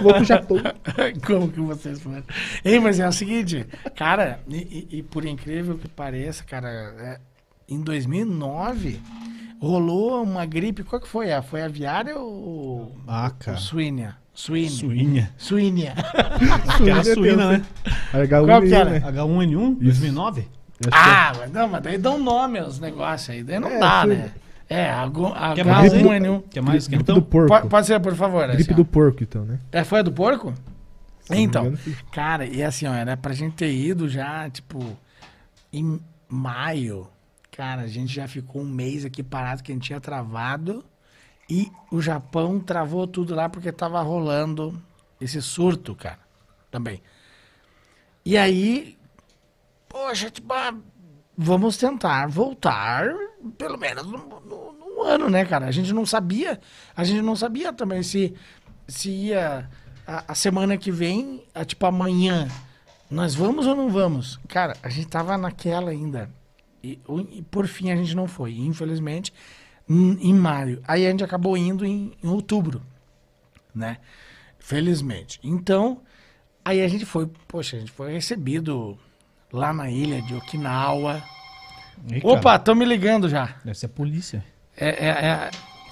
B: vou pro Japão.
C: *laughs* como que vocês foram? Ei, mas é o seguinte, cara, e, e- e por incrível que pareça, cara, é, em 2009 rolou uma gripe, qual que foi? A- Foi aviária ou,
A: Ah,
C: ou
A: cara.
C: suínia? Suínia.
A: Suinha.
C: Suínia.
A: *laughs*
B: *laughs*
A: Aquela
B: Suína é
A: suína,
B: tenso,
A: né?
B: H1N1,
C: Qual que era?
B: né?
A: H1N1, 2009?
B: Acho que
C: Ah, mas não, mas daí dão nome aos negócios aí, daí não
B: É,
C: dá,
B: suína.
C: né? É, algum,
A: Quer mais, hein?
C: H1N1.
A: Quer mais?
B: gripe
A: Então,
B: do porco.
C: Po- Pode ser, por favor.
B: gripe
C: assim, ó.
B: do porco, então, né?
C: É, foi a do porco?
B: Se não me
C: então,
B: engano, sim.
C: cara, e assim, ó, era pra gente ter ido já, tipo, em maio. Cara, a gente já ficou um mês aqui parado que a gente tinha travado. E o Japão travou tudo lá porque tava rolando esse surto, cara, também. E aí, poxa, tipo, ah, vamos tentar voltar, pelo menos num, num- num ano, né, cara? A gente não sabia, a gente não sabia também se, se ia a, a semana que vem, a, tipo amanhã, nós vamos ou não vamos? Cara, a gente tava naquela ainda. E, o- e por fim a gente não foi, infelizmente, em, em maio. Aí a gente acabou indo em- em outubro né? Felizmente. Então, aí a gente foi, poxa, a gente foi recebido lá na ilha de Okinawa.
A: Ih, cara,
C: Opa, estão me ligando já.
A: Deve ser a polícia.
C: É, é, é,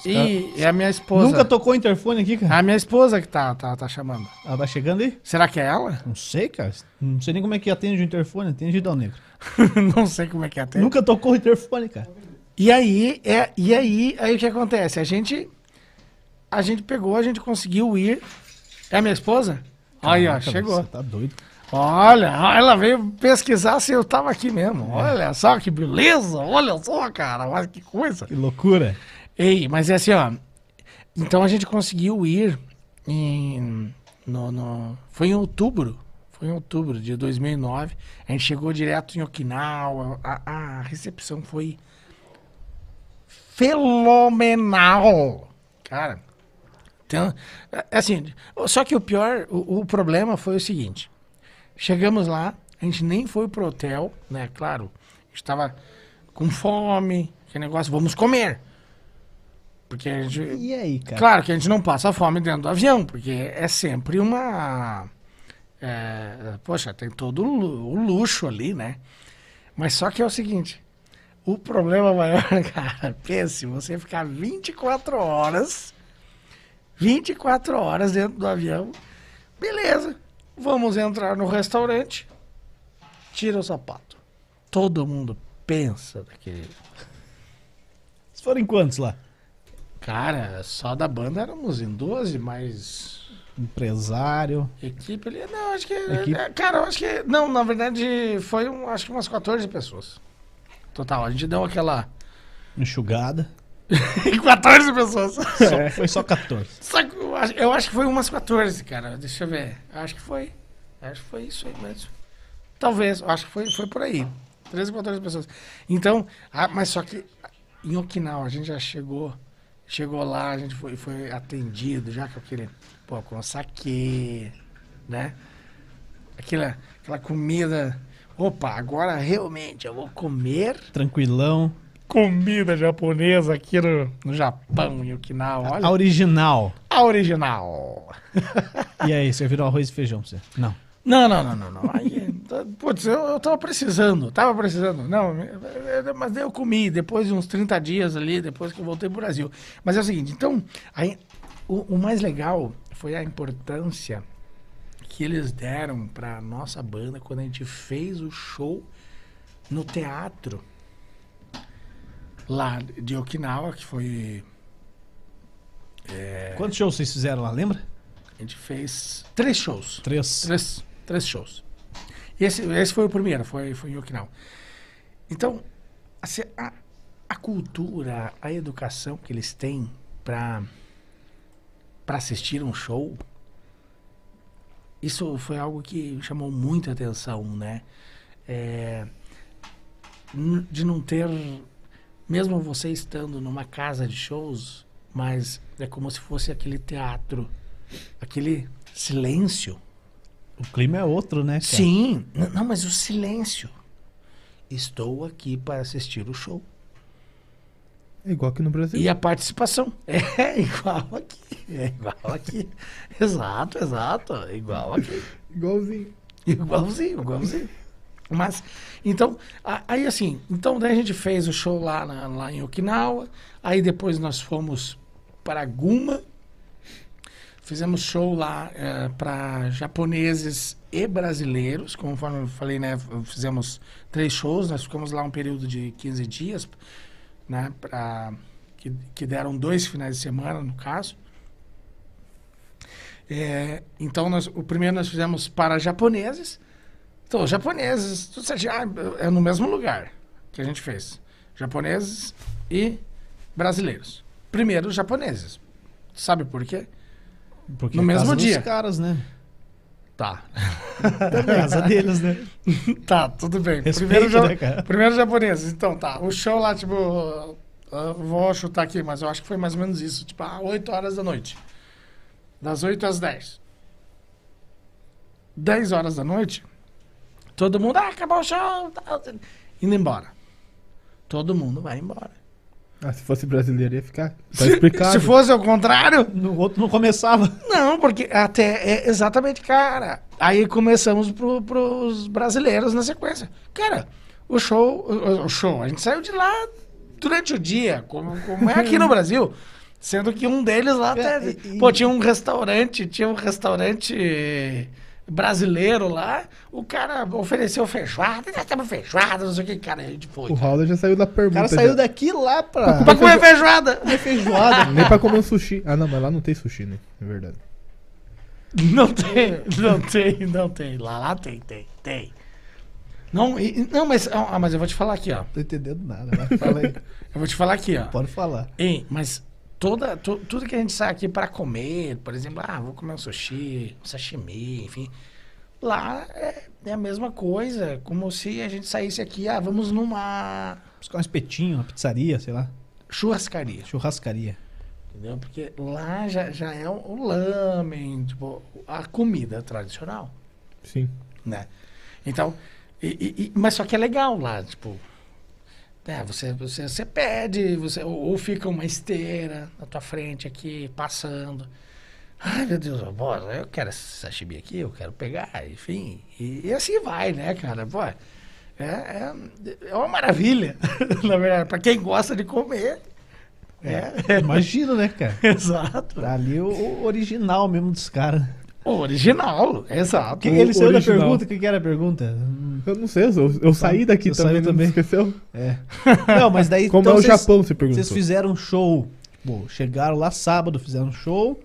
C: Ih, é a minha esposa. É
A: Nunca tocou o interfone aqui, cara.
C: A minha esposa que tá, tá, tá chamando.
A: Ela tá chegando aí?
C: Será que é ela? *laughs*
A: Não sei, cara. Não sei nem como é que atende o interfone, atende o negro.
C: Não sei como é que é até.
A: Nunca tocou o interfone, cara.
C: E aí, é, e aí, aí o que acontece? A gente, a gente pegou, a gente conseguiu ir. É a minha esposa? Aí, ó,
A: Caraca,
C: chegou.
A: Você tá doido.
C: Olha, ela veio pesquisar se eu tava aqui mesmo. Olha só que beleza, olha só, cara, olha que coisa.
A: Que loucura.
C: Ei, mas é assim, ó. Então a gente conseguiu ir em. No, no- foi em outubro. Foi em outubro de 2009. A gente chegou direto em Okinawa. A, a recepção foi. fenomenal. Cara. Então, é- é assim, só que o pior, o, o problema foi o seguinte. Chegamos lá, a gente nem foi pro hotel, né? Claro, a gente tava com fome, que negócio, vamos comer. Porque a gente,
A: E aí, cara?
C: Claro que a gente não passa fome dentro do avião, porque é sempre uma. é, poxa, tem todo o lu- o luxo ali, né? Mas só que é o seguinte: o problema maior, *laughs* cara, pense, você ficar 24 horas, 24 horas dentro do avião, beleza, vamos entrar no restaurante, tira o sapato. Todo mundo pensa daquele.
A: Vocês foram em quantos lá?
C: Cara, só da banda éramos em 12, mas
A: empresário.
C: Equipe ali, não, acho que.
A: Equipe.
C: é, Cara, eu acho que. Não, na verdade, foi um, acho que umas 14 pessoas. Total, a gente deu aquela.
A: Enxugada.
C: 14 pessoas.
A: Só- Foi só 14.
C: Só que eu acho, eu acho que foi umas 14, cara. Deixa eu ver. Acho que foi. Acho que foi isso aí mesmo. Talvez, eu acho que foi, foi por aí. 13, 14 pessoas. Então, ah, mas só que em Okinawa a gente já chegou. Chegou lá, a gente foi, foi atendido, já que eu queria. Pô, com saque, né? Aquela, aquela comida. Opa, agora realmente eu vou comer
A: Tranquilão.
C: comida japonesa aqui no, no Japão, em Okinawa. Olha
A: A original.
C: a original.
A: E aí, serviram arroz e feijão pra você? Não.
C: Não, não, não, não, não. Aí, *laughs* tá- putz, eu, eu tava precisando, tava precisando. Não, me- eh, mas daí eu comi depois de uns 30 dias ali, depois que eu voltei pro Brasil. Mas é o seguinte, então, aí, o, o mais legal foi a importância que eles deram pra nossa banda quando a gente fez o show no teatro lá de Okinawa, que foi. eh,
A: Quantos shows vocês fizeram lá, lembra?
C: a gente fez três shows.
A: Três.
C: Três, três shows. E Esse, esse foi o primeiro, foi, foi em Okinawa. Então, assim, a, a cultura, a educação que eles têm para assistir um show, isso foi algo que chamou muita atenção, né? É, n- de não ter, mesmo você estando numa casa de shows, mas é como se fosse aquele teatro, aquele silêncio
A: O clima é outro, né? cara?
C: Sim, N- não, mas o silêncio. Estou aqui para assistir o show.
B: É igual aqui no Brasil.
C: E a participação. *laughs* É igual aqui. É igual aqui. *laughs* Exato, exato. é Igual aqui.
B: Igualzinho.
C: *laughs* Igualzinho, igualzinho. Mas, então, a- aí assim, então daí a gente fez o show lá, na- lá em Okinawa, aí depois nós fomos para Guma, fizemos show lá para japoneses e brasileiros, conforme eu falei, né, f- fizemos três shows, nós ficamos lá um período de 15 dias, né, pra, que, que deram dois finais de semana, no caso. É, então, nós, o primeiro nós fizemos para japoneses. Então, os japoneses, tudo certinho, ah, é no mesmo lugar que a gente fez. Japoneses e brasileiros. Primeiro, os japoneses. Sabe por quê?
A: Porque
C: No
A: é a
C: mesmo
A: casa
C: dia.
A: Dos caras, né?
C: Tá.
A: Também, casa deles, né?
C: tá, tudo bem.
A: Respeito,
C: primeiro, ja-
A: né, cara?
C: primeiro japoneses. Então, tá. O show lá, tipo, eu vou chutar aqui, mas eu acho que foi mais ou menos isso. Tipo, ah, 8 horas da noite. Das 8 às 10. 10 horas da noite, todo mundo, ah, acabou o show, tal, indo embora. Todo mundo vai embora.
B: Ah, se fosse brasileiro ia ficar.
A: *laughs*
B: Tá explicado.
C: *laughs* Se fosse ao contrário,
A: No outro não começava.
C: Não, porque até é exatamente, cara. Aí começamos pro, pros brasileiros na sequência. Cara, o show, o, o show, a gente saiu de lá durante o dia, como, como é
A: *laughs*
C: aqui no Brasil. Sendo que um deles lá
A: É,
C: até.
A: e- e-
C: Pô, tinha um restaurante, tinha um restaurante brasileiro lá, o cara ofereceu feijoada, nós temos feijoada, não sei o que, cara, a gente foi.
B: O Raul já saiu da
A: O
B: pergunta.
A: cara saiu
B: já.
A: daqui lá pra
C: Pra comer feijoada!
A: feijoada.
B: Nem pra comer um sushi. Ah, não, mas lá não tem sushi, né? Na verdade.
C: Não tem, não tem, não tem. Lá, lá tem, tem, tem. Não, e- e- não mas, ah, mas eu vou te falar aqui, ó.
A: Não tô entendendo nada, mas fala aí.
C: Eu vou te falar aqui, ó.
A: Pode falar.
C: Ei, mas toda, tu- tudo que a gente sai aqui pra comer, por exemplo, ah, vou comer um sushi, um sashimi, enfim. Lá é, é a mesma coisa, como se a gente saísse aqui, ah, vamos numa
A: Buscar um espetinho, uma pizzaria, sei lá.
C: churrascaria.
A: Churrascaria.
C: Entendeu? Porque lá já, já é o o lamen, tipo, a comida tradicional.
B: Sim.
C: né? Então, e- e- e- mas só que é legal lá, tipo, né, você, você, você pede, você, ou, ou fica uma esteira na tua frente aqui, passando. Ai, meu Deus, bora, eu quero esse sashimi aqui, eu quero pegar, enfim. E, e assim vai, né, cara? Pô, é, é, é uma maravilha, *laughs* na verdade, pra quem gosta de comer. É,
A: Imagina, né, cara?
C: *laughs* exato.
A: Tá ali o, o original mesmo dos caras.
C: Original,
A: O
C: exato.
A: que que ele saiu da
B: original.
A: pergunta? O que, que era a pergunta? Hum,
B: Eu não sei, eu, Tá. eu saí daqui
A: Eu
B: também,
A: saí
B: não
A: também.
B: esqueceu?
A: *laughs* É. Não, mas daí.
B: Como
A: então
B: é o
A: vocês-
B: Japão, você perguntou.
A: Vocês fizeram um show. Bom, chegaram lá sábado, fizeram um show.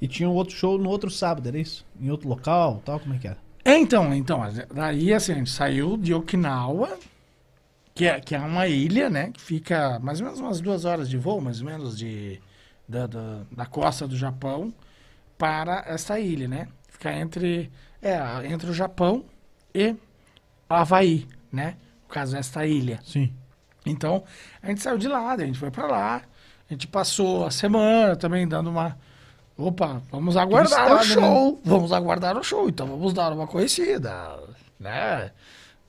A: E tinha um outro show no outro sábado, era isso? Em outro local, tal, como é que era?
C: É, Então, então, daí assim, a gente saiu de Okinawa, que é, que é uma ilha, né? Que fica mais ou menos umas duas horas de voo, mais ou menos, de, da, da, da costa do Japão para essa ilha, né? Fica entre, é, entre o Japão e Havaí, né? No caso, esta ilha.
A: Sim.
C: Então, a gente saiu de lá, daí a gente foi pra lá, a gente passou a semana também dando uma. Opa, vamos aguardar o
B: Turistada, né?
C: show, vamos aguardar o show, então vamos dar uma conhecida, né?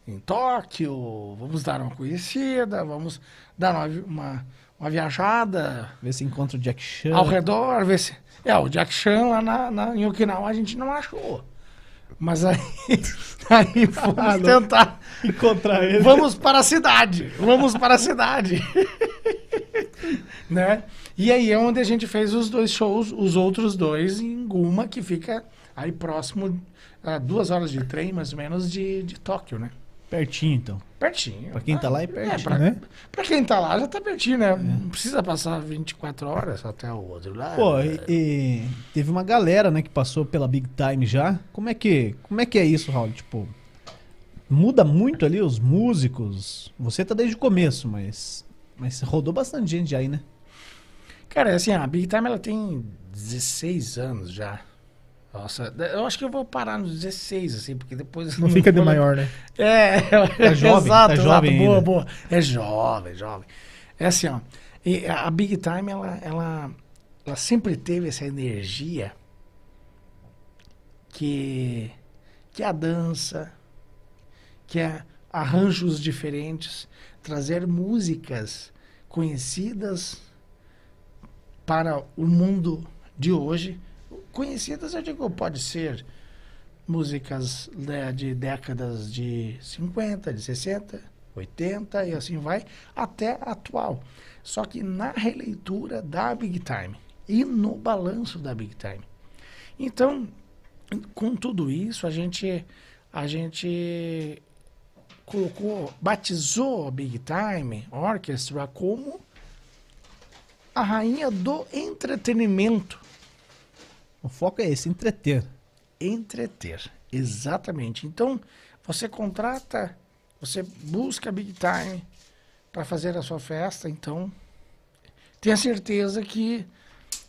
C: Em Tóquio, vamos dar uma conhecida, vamos dar uma, vi- uma, uma viajada
A: Ver se encontra o Jack Chan.
C: ao redor, ver se. É, o Jack Chan lá na, na, em Okinawa a gente não achou. Mas aí, *laughs* aí fomos
A: Ah, não.
C: tentar.
A: Encontrar ele.
C: Vamos para a cidade, vamos para a cidade. *laughs* né? E aí é onde a gente fez os dois shows, os outros dois em Guma, que fica aí próximo, a duas horas de trem, mais ou menos, de, de Tóquio, né?
A: Pertinho, então.
C: Pertinho.
A: Pra quem tá lá, é pertinho, É.
C: pra,
B: né?
C: pra quem tá lá já tá pertinho, né? Não precisa passar 24 horas até o outro lado.
A: Pô, e, e teve uma galera, né, que passou pela Big Time já. Como é que, como é, que é isso, Raul? Tipo, muda muito ali os músicos. Você tá desde o começo, mas mas rodou bastante gente aí, né?
C: Cara, assim, a Big Time ela tem 16 anos já. Nossa, eu acho que eu vou parar nos 16, assim, porque depois.
B: Não fica de
C: vou-
B: maior, né?
C: É, *laughs*
A: Tá jovem,
C: exato,
A: tá
C: exato,
A: jovem
C: boa,
A: ainda.
C: boa. É jovem, jovem. É assim, ó. E a Big Time, ela, ela, ela sempre teve essa energia que, que é a dança, que é arranjos diferentes, trazer músicas conhecidas para o mundo de hoje. Conhecidas, eu digo, pode ser músicas né, de décadas de 50, de 60, 80 e assim vai, até a atual. Só que na releitura da Big Time e no balanço da Big Time. Então, com tudo isso, a gente, a gente colocou, batizou a Big Time Orchestra como a rainha do entretenimento
A: O foco é esse, entreter.
C: entreter. Exatamente. Então, você contrata, você busca Big Time para fazer a sua festa, então tenha certeza que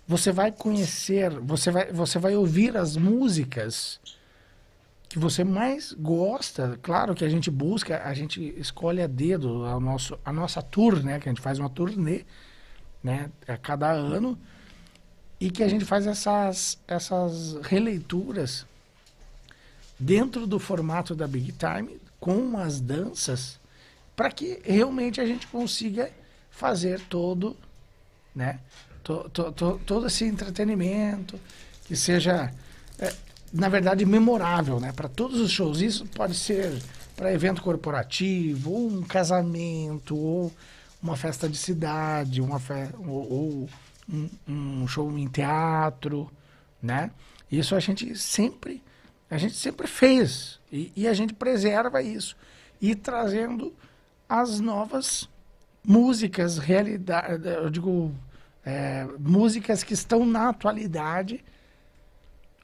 C: você vai conhecer, você vai, você vai ouvir as músicas que você mais gosta. Claro que a gente busca, a gente escolhe a dedo a, nosso, a nossa tour, né? Que a gente faz uma turnê, né? A cada ano e que a gente faz essas, essas releituras dentro do formato da Big Time, com as danças, para que realmente a gente consiga fazer todo, né, to- to- to- todo esse entretenimento, que seja, é, na verdade, memorável né, para todos os shows. Isso pode ser para evento corporativo, ou um casamento, ou uma festa de cidade, uma fe ou, ou um, um show em teatro, né? Isso a gente sempre, a gente sempre fez e, e a gente preserva isso e trazendo as novas músicas realidade, eu digo é, músicas que estão na atualidade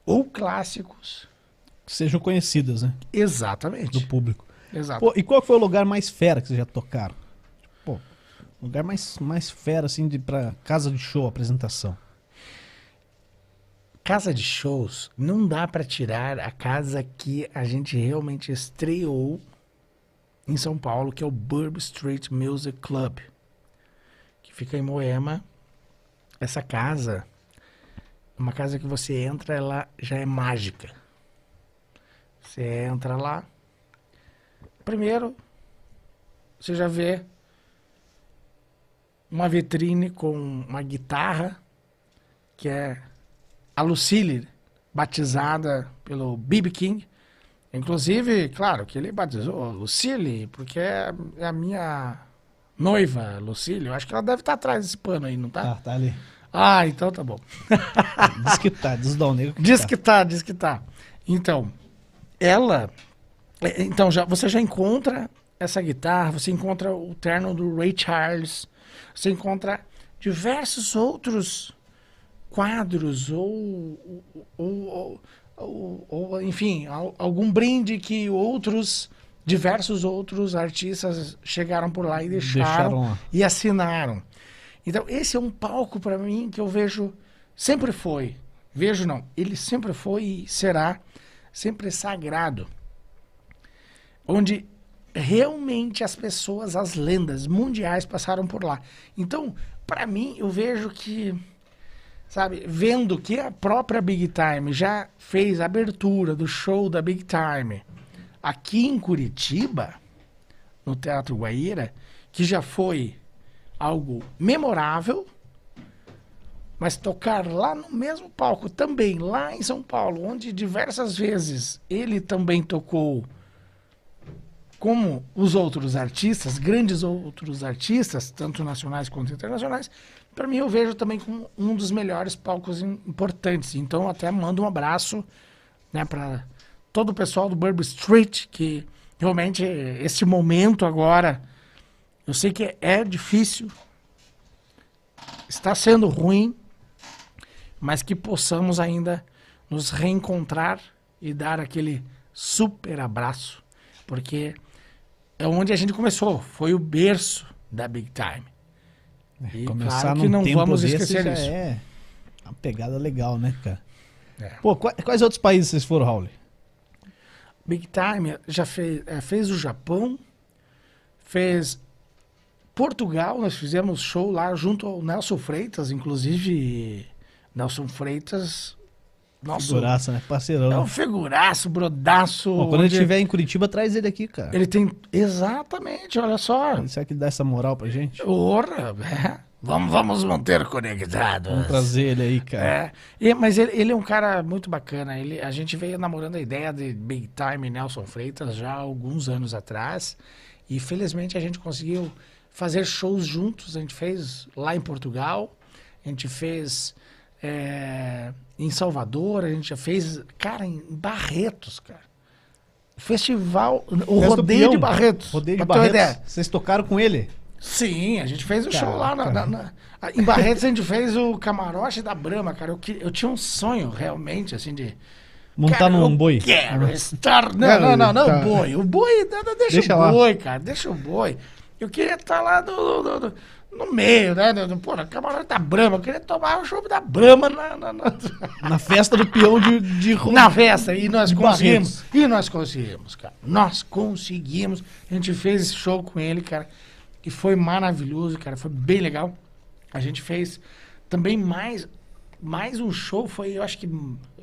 C: ou clássicos.
A: Que sejam conhecidas, né? Do
C: Exatamente.
A: público.
C: Exato.
A: Pô, e qual foi o lugar mais fera que vocês já tocaram? Pô, lugar mais, mais fera, assim, de, pra casa de show, apresentação.
C: Casa de shows, não dá pra tirar a casa que a gente realmente estreou em São Paulo, que é o Burb Street Music Club, que fica em Moema. Essa casa, é uma casa que você entra, ela já é mágica. Você entra lá, primeiro você já vê uma vitrine com uma guitarra que é a Lucille, batizada pelo B.B. King. Inclusive, claro, que ele batizou Lucille, porque é é a minha noiva, Lucille. Eu acho que ela deve estar atrás desse pano aí, não
A: Tá,
C: tá?
A: tá ali.
C: Ah, então tá bom.
A: Diz que tá, diz o Dal
C: *laughs*
A: Negro.
C: Diz
A: tá.
C: que tá, diz que tá. Então, ela. é, Então, já, você já encontra essa guitarra, você encontra o terno do Ray Charles, você encontra diversos outros quadros ou, ou- ou- ou- ou, enfim, al- algum brinde que outros, diversos outros artistas chegaram por lá e deixaram,
A: Deixaram lá.
C: e assinaram. Então, esse é um palco para mim que eu vejo, sempre foi, vejo não, ele sempre foi e será, sempre sagrado. Onde realmente as pessoas, as lendas mundiais passaram por lá. Então, para mim, eu vejo que sabe, vendo que a própria Big Time já fez a abertura do show da Big Time aqui em Curitiba, no Teatro Guaíra, que já foi algo memorável, mas tocar lá no mesmo palco também, lá em São Paulo, onde diversas vezes ele também tocou como os outros artistas, grandes outros artistas, tanto nacionais quanto internacionais, para mim eu vejo também como um dos melhores palcos im- importantes. Então até mando um abraço né, para todo o pessoal do Burb Street, que realmente eh, esse momento agora, eu sei que é difícil, está sendo ruim, mas que possamos ainda nos reencontrar e dar aquele super abraço, porque é onde a gente começou, foi o berço da Big Time. E
A: É, Começar
C: claro que
A: num
C: não
A: tempo
C: vamos
A: desse
C: esquecer
A: já
C: isso.
A: é uma pegada legal, né, cara?
C: É.
A: Pô, qua- quais, outros países vocês foram, Raul?
C: Big Time já fez, eh, fez o Japão, fez Portugal, nós fizemos show lá junto ao Nelson Freitas, inclusive Nelson Freitas, nosso
A: Figuraça, né? Parceirão.
C: é
A: né?
C: um figuraço, brodaço.
A: Pô, quando ele
C: onde
A: estiver em Curitiba, traz ele aqui, cara.
C: ele tem exatamente, olha só.
A: Será que ele dá essa moral pra gente?
C: Ora, é. vamos, vamos manter
A: Vamos
C: conectados.
A: trazer É um ele aí, cara.
C: É, e- mas ele, ele é um cara muito bacana. Ele, a gente veio namorando a ideia de Big Time Nelson Freitas já há alguns anos atrás. E felizmente a gente conseguiu fazer shows juntos. A gente fez lá em Portugal, a gente fez é, em Salvador, a gente já fez, cara, em Barretos, cara. Festival, o
A: Festa do
C: rodeio
A: Peão.
C: de Barretos.
A: Rodeio de
C: pra ter uma
A: Barretos.
C: ideia.
A: Vocês tocaram com ele?
C: Sim, a gente fez o
A: Cara,
C: show lá na,
A: cara.
C: na- na- em Barretos. A gente fez o camarote da Brahma, cara. Eu, que- eu tinha um sonho realmente, assim, de.
A: Montar
C: cara,
A: num
C: eu
A: boi.
C: Quero estar. Não,
B: Cara,
C: não, não, não,
B: tá.
C: o boi. O boi, não, não, deixa,
B: Deixa
C: o
B: lá.
C: boi, cara. Deixa o boi. Eu queria estar lá no, no, no- no meio, né? No, no, pô, na camarote da Brahma. Eu queria tomar o show da Brahma na- na- na...
A: *laughs* Na festa do peão de, de Ro-
C: Na festa, e nós
A: De
C: conseguimos. E nós conseguimos, cara. Nós conseguimos. A gente fez esse show com ele, cara. E foi maravilhoso, cara. Foi bem legal. A gente fez também mais, mais um show. Foi, eu acho que.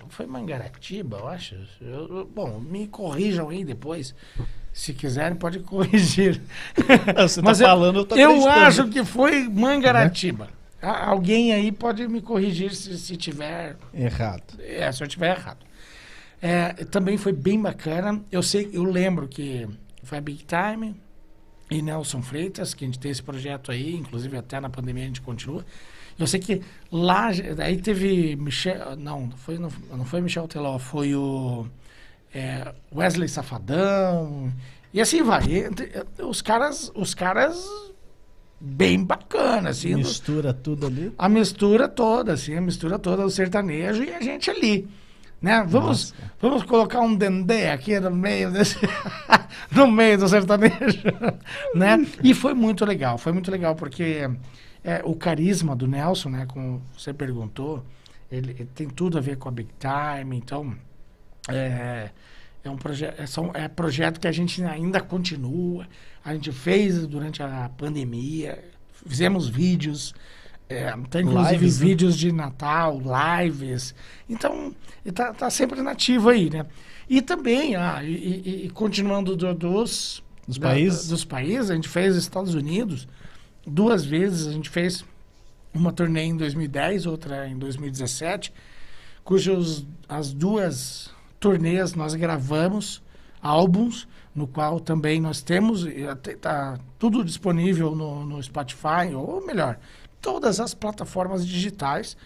C: Foi Mangaratiba, eu acho. Eu- eu- bom, me corrijam aí depois. Se quiserem, pode *laughs* corrigir.
A: Você tá
C: eu-
A: falando, eu tô
C: Eu
A: acreditando.
C: acho que foi Mangaratiba. A- Alguém aí pode me corrigir se, se tiver
A: Errado.
C: é, se eu estiver errado. É, também foi bem bacana. Eu sei, eu lembro que foi a Big Time e Nelson Freitas, que a gente tem esse projeto aí, inclusive até na pandemia a gente continua. Eu sei que lá, aí teve Michel, não, não foi, não, não foi Michel Teló, foi o é, Wesley Safadão, e assim vai. Entre- os caras, os caras bem bacanas, assim, dos-
A: Mistura tudo ali.
C: a mistura toda, assim, a mistura toda do sertanejo e a gente ali. Né? Vamos, vamos colocar um dendê aqui no meio desse, *laughs* no meio do sertanejo, *laughs* né? E foi muito legal, foi muito legal porque é, o carisma do Nelson, né? Como você perguntou, ele, ele tem tudo a ver com a Big Time, então é, é um projeto, é, só- é projeto que a gente ainda continua. A gente fez durante a pandemia, fizemos vídeos, é, tem inclusive
A: Lives, né?
C: vídeos de Natal, lives. Então, está tá sempre nativo aí, né? E também, ah, e, e- e continuando do- dos,
A: Dos países?
C: dos países, a gente fez Estados Unidos duas vezes, a gente fez uma turnê em 2010, outra em 2017, cujos as duas turnês nós gravamos álbuns, no qual também nós temos, e até tá tudo disponível no, no Spotify, ou melhor, todas as plataformas digitais.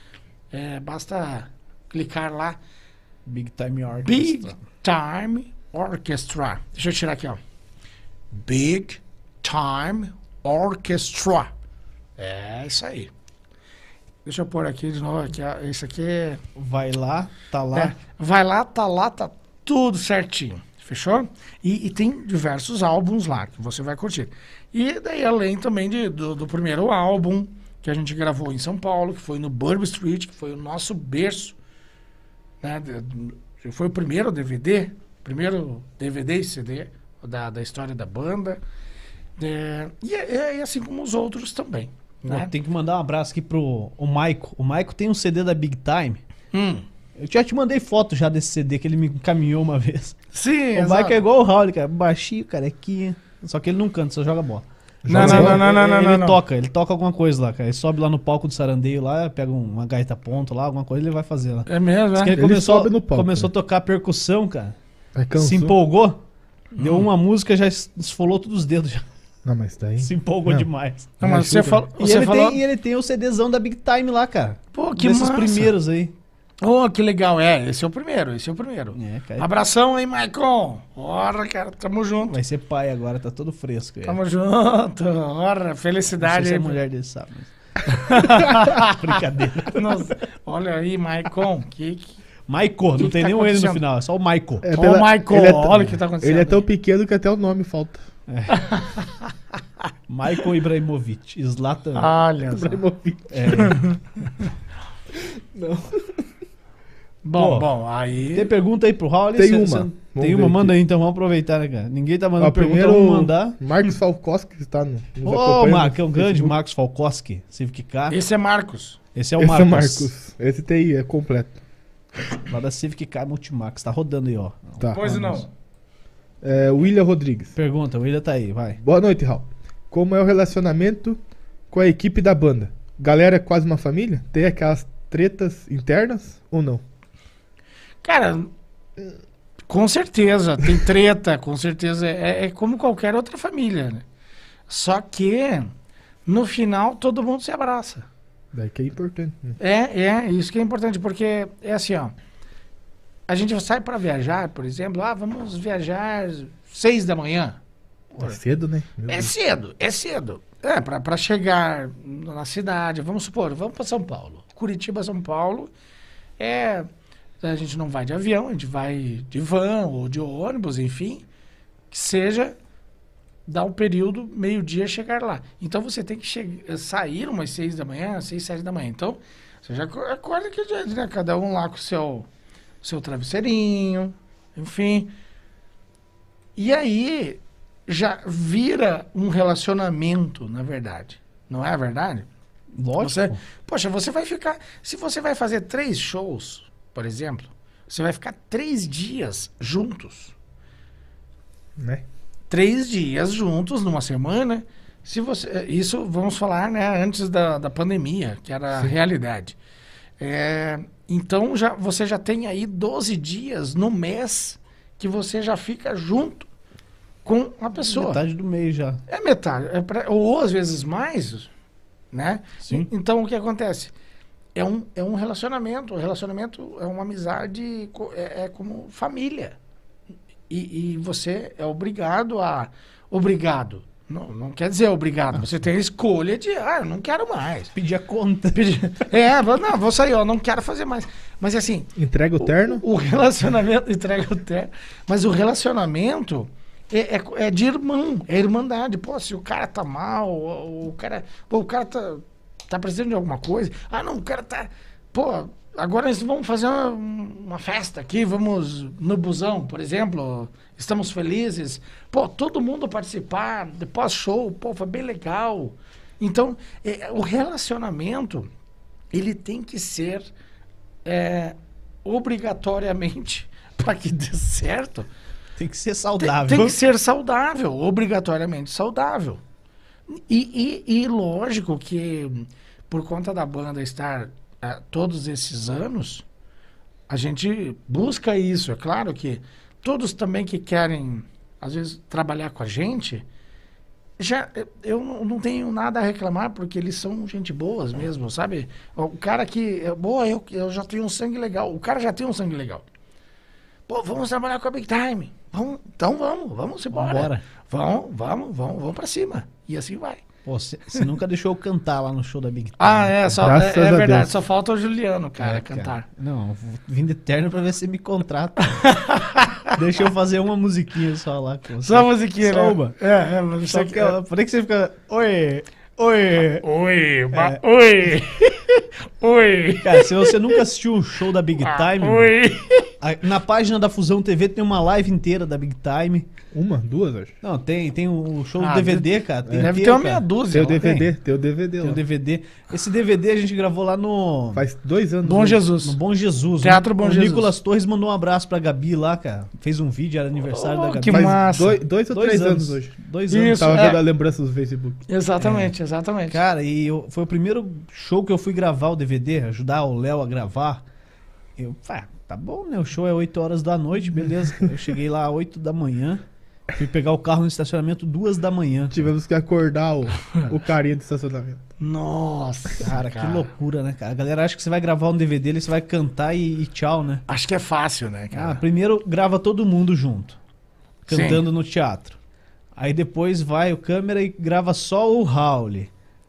C: É, basta clicar lá,
A: Big Time
C: Big
A: Orchestra.
C: Time Orchestra. Deixa eu tirar aqui, ó. Big Time Orchestra. É isso aí. Deixa eu pôr aqui de novo. Aqui, ó. esse aqui é,
A: Vai lá, tá lá.
C: é, Vai lá, tá lá, tá tudo certinho. Fechou? E, e tem diversos álbuns lá que você vai curtir. E daí, além também de- do, do primeiro álbum que a gente gravou em São Paulo, que foi no Burb Street, que foi o nosso berço. Né? de- Foi o primeiro DVD, primeiro DVD e CD da, da história da banda. É, e, é- é assim como os outros também.
A: Pô,
C: Né?
A: Tem que mandar um abraço aqui pro o Maico. O Maico tem um CD da Big Time.
C: Hum.
A: Eu já te mandei foto já desse CD que ele me encaminhou uma *laughs* vez.
C: Sim,
A: O Maico é igual o Raul, cara. Baixinho, carequinha. Só que ele não canta, só joga bola.
C: Não,
A: Joga
C: não,
A: bola.
C: não, não, não,
A: Ele
C: não, não.
A: toca, ele toca alguma coisa lá, cara. Ele sobe lá no palco do sarandeio lá, pega um, uma gaita ponto lá, alguma coisa ele vai fazer lá.
C: É mesmo,
A: Diz
C: né?
A: que ele,
B: Ele
A: começou,
B: sobe no palco,
C: é.
A: começou a tocar percussão, cara.
B: Aí cansou.
A: Se empolgou,
C: Hum.
A: deu uma música, já es- esfolou todos os dedos. Já. *laughs*
B: Não, mas tá daí.
A: Se empolgou
B: Não.
A: demais.
C: Não, mas você
B: Ajuda.
C: falou.
A: E
C: É. Então, Você
A: ele,
C: falou
A: tem, e ele tem o CDzão da Big Time lá, cara.
C: Pô, que
A: Desses
C: massa.
A: primeiros aí.
C: Oh, que legal. É, esse é o primeiro, esse é o primeiro.
A: É, é cara.
C: Abração aí, Maicon. Ora, cara, tamo junto.
A: Vai ser pai agora, tá todo fresco. Aí.
C: Tamo junto. Ora,
A: Não sei
C: felicidade
A: se
C: aí.
A: a
C: *laughs*
A: mulher dele sabe. Mas... Brincadeira.
C: Nossa, olha aí, Maicon. Que, que...
A: Maico,
C: que
A: não
C: que
A: tem
C: tá
A: nenhum N no
C: acontecendo?
A: final, é só o Maico.
B: É
C: Ô, Michael,
B: ele é
C: olha o que tá acontecendo
B: Ele é
C: aí.
B: tão pequeno que até o nome falta.
A: Maico Ibrahimovic. Zlatan.
C: Ah. Olha só. *laughs*
A: É.
C: Bom,
A: Pô.
C: bom,
A: Tem
C: aí.
A: pergunta aí pro Raul?
B: Tem
A: Cê-
B: uma.
A: cê-
B: Vamos
A: Tem
B: ver
A: uma,
B: aqui.
A: manda aí então, vamos aproveitar, né, cara? Ninguém tá mandando
B: Ó,
A: pergunta,
B: primeiro,
A: vamos mandar.
B: Marcos Falkowski, que está no. nos
A: Ô,
B: acompanha
A: Marcos,
B: no
A: é o grande
B: Facebook.
A: Marcos Falkowski, Civic Car. Esse,
C: Esse é Marcos.
A: é o
B: Esse é o
A: Marcos,
B: Marcos. Esse TI é completo.
A: lá da Civic Car Multimax, tá rodando aí, ó.
B: Tá.
C: pois não.
B: É, William Rodrigues.
A: Pergunta, o William tá aí, vai.
B: Boa noite, Raul. Como é o relacionamento com a equipe da banda? Galera é quase uma família? Tem aquelas tretas internas ou não?
C: Cara, com certeza, tem treta, com certeza. É, é como qualquer outra família, né? Só que, no final, todo mundo se abraça.
B: Daí que é importante. né?
C: É, é, isso que é importante, porque é assim, ó. A gente sai para viajar, por exemplo, ah, vamos viajar seis da manhã.
B: É cedo, né? Meu
C: É
B: Deus.
C: cedo, é cedo. É, para chegar na cidade, vamos supor, vamos para São Paulo. Curitiba, São Paulo, é. A gente não vai de avião, a gente vai de van ou de ônibus, enfim. Que seja, dá um período, meio-dia, chegar lá. Então você tem que che- sair umas seis da manhã, seis, sete da manhã. Então, você já acor- acorda que dia, né? Cada um lá com o seu, seu travesseirinho, enfim. E aí, já vira um relacionamento, na verdade. Não é verdade?
A: Lógico.
C: Você, poxa, você vai ficar. Se você vai fazer três shows, por exemplo, você vai ficar três dias juntos.
B: Né?
C: Três dias juntos numa semana. Se você, isso vamos falar né, antes da, da pandemia, que era a realidade. É, então já, você já tem aí 12 dias no mês que você já fica junto com a pessoa.
A: Metade do mês já.
C: É metade, é pra- ou às vezes mais, né?
A: Sim.
C: E- Então o que acontece? É um, é um relacionamento, o relacionamento é uma amizade, co- é, é como família. E, e você é obrigado a. Obrigado. Não, não quer dizer obrigado, você tem a escolha de, ah, eu não quero mais.
A: Pedir a conta.
C: É, vou- não, vou sair, ó, não quero fazer mais. Mas assim,
B: Entrega o terno?
C: o relacionamento *laughs* entrega o terno. Mas o relacionamento é, é, é de irmão, é irmandade. Pô, se o cara tá mal, o, o cara. Pô, o cara tá, tá precisando de alguma coisa. Ah, não, o cara tá. Pô, agora nós vamos fazer uma, uma festa aqui, vamos no busão, por exemplo. Estamos felizes. Pô, todo mundo participar, depois show, pô, foi bem legal. Então, é, o relacionamento, ele tem que ser é, obrigatoriamente *laughs* para que dê certo,
A: *laughs* Tem que ser
C: tem,
A: saudável.
C: tem que ser saudável, obrigatoriamente saudável. E, e- e lógico que por conta da banda estar ah, todos esses anos, a gente busca isso. É claro que todos também que querem, às vezes, trabalhar com a gente, já eh, eu não- não tenho nada a reclamar porque eles são gente boas mesmo, sabe? O cara que é boa, eu, eu já tenho um sangue legal. O cara já tem um sangue legal. Pô, vamos trabalhar com a Big Time. Vamos, então vamos, vamos embora.
A: Vambora.
C: Vamos, vamos, vamos, vamos para cima. E assim vai.
A: Pô, você você nunca deixou eu cantar lá no show da Big Time.
C: Ah, é, só, é,
B: Graças
C: é
B: a
C: verdade.
B: Deus.
C: Só falta o Juliano, cara,
A: É,
C: cantar.
A: Não, eu vou- vim de terno pra ver se me
C: *laughs*
A: contrata. Deixa eu fazer uma musiquinha só lá com você.
C: Só a musiquinha,
A: Só
C: né?
A: uma.
C: É, é, mas
A: Só
C: só
A: que, eu- por aí que você fica. Oi, oi.
C: Oi, ba- *laughs* oi, oi,
A: Cara, se você nunca assistiu o show da Big Time,
C: Ah, oi.
A: a- na página da Fusão TV tem uma live inteira da Big Time.
B: Uma, duas, acho.
A: Não, tem, tem o show do
C: Ah,
A: DVD, cara. Tem
C: Deve ter
A: inteiro,
C: uma meia
A: cara.
C: dúzia.
B: Teu
C: ó.
B: DVD, teu DVD
A: Tem
B: lá.
A: o DVD. Esse DVD a gente gravou lá no.
B: Faz dois anos.
C: Dom
B: né?
A: No
C: Jesus.
A: Bom Jesus. né?
C: Teatro Bom
A: o
C: Jesus.
A: Nicolas Torres mandou um abraço pra Gabi lá, cara. Fez um vídeo, era aniversário
C: Oh,
A: da Gabi.
C: que
B: Faz
C: massa.
B: Dois, dois ou três anos, hoje.
A: Dois
C: Isso.
A: anos.
B: Tava
C: é.
B: vendo a lembrança do Facebook.
C: Exatamente, exatamente.
A: Cara, e eu- foi o primeiro show que eu fui gravar o DVD, ajudar o Léo a gravar. Eu, pá, tá bom, né? O show é 8 horas da noite,
B: *laughs*
A: beleza. Eu cheguei lá 8 da manhã, fui pegar o carro no estacionamento 2 da manhã.
B: Tivemos que acordar o, o carinha do estacionamento.
C: Nossa,
A: Cara, que loucura, né, cara? A galera acha que você vai gravar um DVD, ele você vai cantar e, e tchau, né?
C: Acho que é fácil, né,
A: Ah,
C: cara?
A: primeiro grava todo mundo junto,
C: Sim.
A: cantando no teatro. Aí depois vai o câmera e grava só o Howley.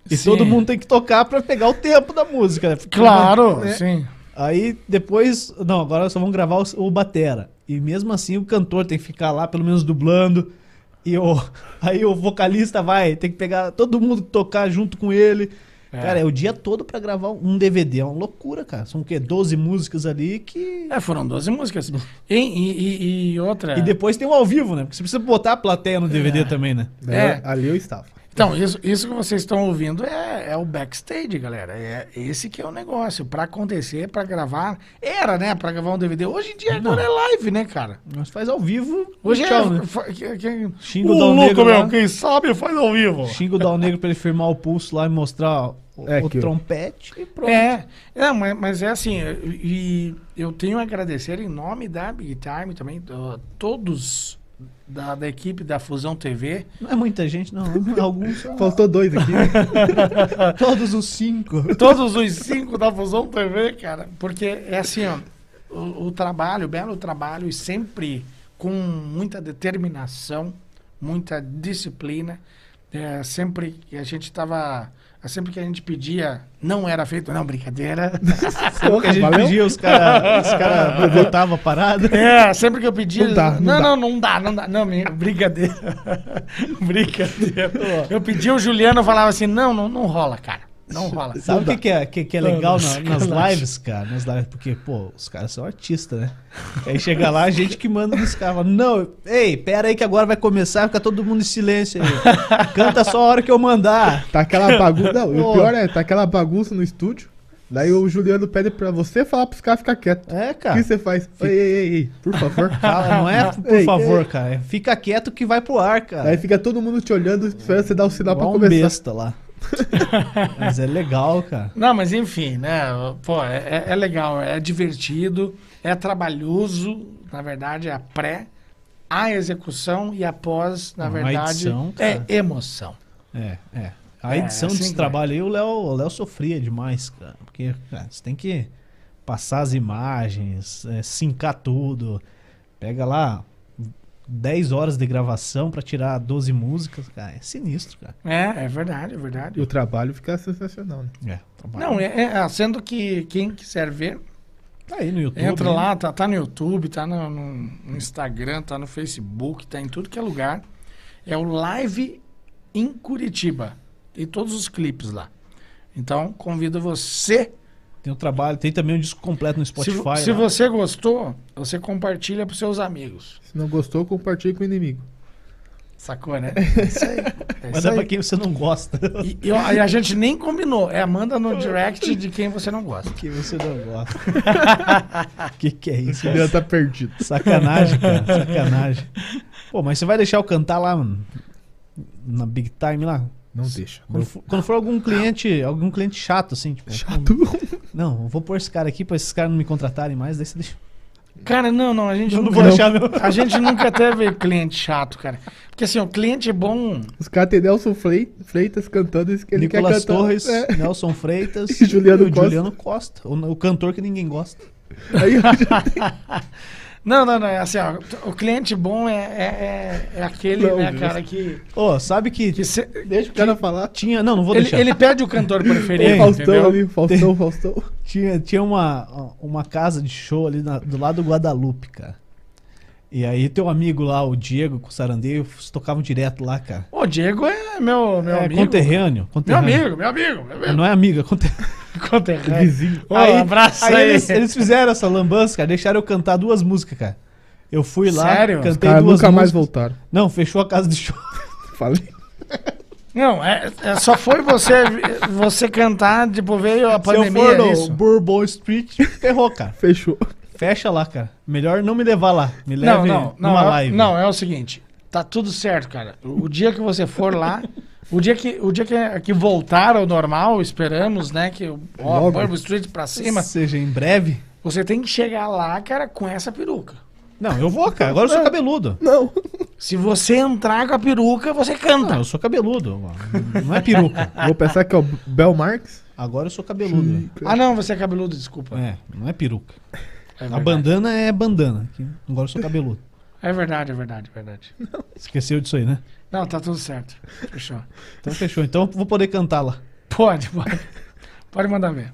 A: E
C: Sim.
A: todo mundo tem que tocar pra pegar o tempo da música, né? Porque
C: claro,
A: né?
C: sim.
A: Aí depois, não, agora só vão gravar o, o batera. E mesmo assim o cantor tem que ficar lá pelo menos dublando. E o, *laughs* aí o vocalista vai, tem que pegar todo mundo que tocar junto com ele.
C: É.
A: Cara, é o dia todo pra gravar um DVD, é uma loucura, cara. São o quê? 12 músicas ali que
C: É, foram 12 músicas. E, e- e- e outra.
A: E depois tem o ao vivo, né? Porque você precisa botar a plateia no DVD também, né?
B: Daí
C: É.
B: eu- Ali eu estava.
C: Então, isso, isso que vocês estão ouvindo é, é o backstage, galera. É esse que é o negócio. Pra acontecer, pra gravar. Era, né? Pra gravar um DVD. Hoje em dia agora é live, né, cara?
A: Nós faz ao vivo.
C: Hoje
A: e tchau,
C: é.
A: né?
C: fa- que- que-
A: Xinga o
C: Ô,
A: Dal Negro lá.
C: quem sabe faz ao vivo.
A: *laughs* Xinga o Dal Negro pra ele firmar o pulso lá e mostrar o,
B: É
A: o
B: que-
A: trompete e pronto.
C: É, é mas, mas é assim, e eu tenho a agradecer em nome da Big Time também, do- todos da, da equipe da Fusão TV.
A: Não é muita gente, não. *laughs* Alguns são
B: Faltou dois aqui. né?
A: todos os cinco. *laughs*
C: Todos os cinco da Fusão TV, cara. Porque é assim, ó, o, o trabalho, o belo trabalho, e sempre com muita determinação, muita disciplina. É, sempre que a gente tava. Sempre que a gente pedia, não era feito, não, brincadeira.
B: *laughs*
A: Porque a gente
B: valeu.
A: pedia, os caras os
C: *laughs*
A: cara botavam a parada.
C: É, sempre que eu pedi.
B: Não dá,
C: eles-
B: não
C: não,
B: dá.
C: não, não dá, não dá. Não, minha, brincadeira. *laughs* brincadeira. Eu pedi o Juliano falava assim: não, não, não rola, cara. Não rola.
A: Sabe o que, que é, que, que é legal
C: Não,
A: na- nas
C: sacanagem.
A: lives, cara? Nas lives, porque, pô, os caras são artistas, né? Aí chega lá, a gente que manda nos caras. fala, Não, ei, pera aí que agora vai começar, fica todo mundo em silêncio aí. Canta só a hora que eu mandar.
B: Tá aquela bagunça. Não, e o
A: Pô.
B: pior é, tá aquela bagunça no estúdio. Daí o Juliano pede pra você falar pros caras ficar quieto.
A: É,
B: O
A: cara.
B: que você faz? Ei, ei, ei, ei, por favor.
A: *laughs* Fala, não é, por
B: Ei,
A: favor,
B: ei.
A: cara. é, Fica quieto que vai pro ar, cara.
B: Aí fica todo mundo te olhando, esperando você dar o sinal
A: Igual
B: pra
A: um
B: começar.
A: besta lá. Mas é legal, cara.
C: Não, mas enfim, né? Pô, é, é- é legal, é divertido, é trabalhoso, na verdade, é a pré, a execução e após, na
A: Não, a
C: verdade,
A: edição,
C: é
A: cara.
C: emoção.
A: É, é. A
C: É,
A: edição
C: é assim
A: desse
C: que
A: trabalho aí, o Léo, o Léo sofria demais, cara. Porque cara, você tem que passar as imagens, é, sincar tudo. Pega lá 10 horas de gravação pra tirar 12 músicas, cara. É sinistro, cara.
C: É, é verdade, é verdade.
B: E o trabalho fica sensacional, né?
A: É, trabalho.
C: Não, é, é, sendo que quem quiser ver,
A: Tá aí no YouTube.
C: Entra
A: né?
C: lá, tá, tá no YouTube, tá no, no- no Instagram, tá no Facebook, tá em tudo que é lugar. É o Live em Curitiba. Tem todos os clipes lá. Então, convido você.
A: Tem o trabalho, tem também um disco completo no
C: se vo-
A: Spotify. né?
C: se,
A: lá.
C: você gostou, você compartilha pros seus amigos.
B: Se não gostou, compartilha com
A: *laughs*
B: o inimigo.
C: Sacou, né? É isso aí. É
A: Mas
C: isso
A: é pra
C: aí.
A: quem você não gosta.
C: E, e, ó, e a gente nem combinou. É, manda no direct de quem você não gosta.
A: que você não *laughs* gosta. que que é isso?
B: O Juliano tá perdido.
A: Sacanagem, cara. Sacanagem. Pô, mas você vai deixar eu cantar lá mano, na Big Time lá?
B: Não deixa.
A: Quando for, quando for algum cliente, algum cliente chato, assim, tipo.
B: Chato.
A: Não, eu vou pôr esse cara aqui pra esses caras não me contratarem mais, daí você deixa.
C: Cara, não, não, a gente
A: Eu não
C: nunca-
A: vou deixar, não.
C: A gente nunca teve cliente chato, cara. Porque assim, o cliente bom.
B: Os caras tem Nelson Frei- Freitas cantando isso que ele
A: Nicolas
B: quer cantar.
A: Torres,
B: É.
A: Nelson Freitas
B: E Juliano
A: o
B: Costa.
A: *laughs* Juliano Costa, o, o cantor que ninguém gosta.
B: Aí,
C: Não, não, não. É assim, ó, o cliente bom é, é, é- é aquele,
B: Não,
C: né,
B: Deus.
C: cara, que.
A: Ô, sabe que,
C: que se-
B: Deixa o cara falar.
A: tinha. Não, não vou
C: ele,
A: deixar.
C: ele pede o cantor preferido.
B: Tem Faustão
C: entendeu?
B: ali, Faustão, Faustão.
A: Tinha, tinha uma, uma casa de show ali na- do lado do Guadalupe, cara. E aí teu amigo lá, o Diego, com o Sarandeio, f- tocavam direto lá, cara.
C: O Diego é meu, meu
A: é
C: amigo.
A: conterrâneo.
C: Meu
A: conterrâneo.
C: amigo, meu amigo, né? meu amigo.
A: Não é amigo, é
C: *laughs*
A: conterrâneo.
C: Conterrâneo.
B: Vizinho.
C: Ô, abraço aí.
A: Eles, eles fizeram essa lambança, cara. Deixaram eu cantar duas músicas, cara. Eu fui lá,
C: Sério?
B: Os
A: cantei
B: caras
A: duas
B: nunca
A: músicas.
B: mais voltaram.
A: Não, fechou a casa de show.
B: Falei.
C: Não, é, é- só foi você, você cantar, tipo, veio
A: *laughs*
C: a
A: Se eu
C: pandemia.
A: for
C: é
A: no
C: isso?
A: Bourbon Street, ferrou, cara.
B: Fechou.
A: Fecha lá, cara. Melhor não me levar lá. Me leve
C: não, não, não,
A: numa
C: é-
A: live.
C: não, é o seguinte, tá tudo certo, cara. O dia que você for lá, o dia que o dia que, que voltar ao normal, esperamos, né, que o ó,
B: Logo.
C: Bourbon Street pra cima,
A: seja em breve.
C: você tem que chegar lá, cara, com essa peruca.
A: Não, eu vou, cara. Agora eu sou cabeludo.
B: *laughs* Não.
C: Se você entrar com a peruca, você canta.
A: Não, eu sou cabeludo. Não é peruca.
B: Vou pensar que é o Bel Marx.
A: Agora eu sou cabeludo.
C: Ah, não, você é cabeludo, desculpa.
A: É, não é peruca. A
C: É verdade.
A: bandana é bandana. aqui. Agora eu sou cabeludo.
C: É verdade, é verdade, é verdade.
A: Esqueceu disso aí, né?
C: Não, tá tudo certo. Fechou.
A: Então fechou. Então eu vou poder cantar lá.
C: Pode, pode. Pode mandar ver.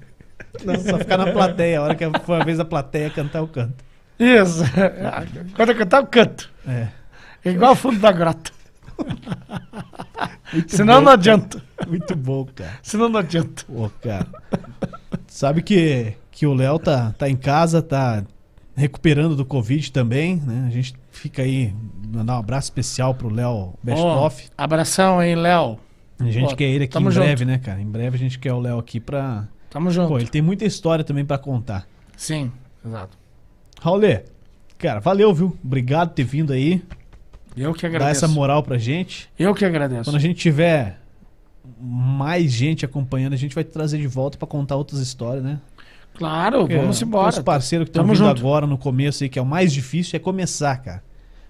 A: Só ficar na plateia. A hora que for a vez da plateia cantar, eu canto.
C: Isso. Quando eu cantar, eu canto.
A: É.
C: É igual o fundo da grota. *laughs* Senão não adianta.
A: Muito bom, cara.
C: Senão não adianta.
A: Ô, cara. Sabe que, que o Léo tá, tá em casa, tá recuperando do Covid também, né? A gente fica aí, mandar um abraço especial pro Léo Bestoff.
C: Ó, abração aí, Léo.
A: A gente
C: Pô,
A: quer ele aqui em
C: tamo
A: breve, né, cara? Em breve a gente quer o Léo aqui pra.
C: Tamo junto.
A: Pô, ele tem muita história também pra contar.
C: Sim, exato.
A: Raulê, cara, valeu, viu? Obrigado por ter vindo aí,
C: Eu que
A: dar
C: agradeço.
A: essa moral pra gente.
C: Eu que agradeço.
A: Quando a gente tiver mais gente acompanhando, a gente vai te trazer de volta pra contar outras histórias, né?
C: Claro, vamos
A: Porque Os
C: embora. tá?
A: parceiros que estão
C: Tamo
A: vindo
C: junto.
A: agora no começo aí, que é o mais difícil, é começar, cara.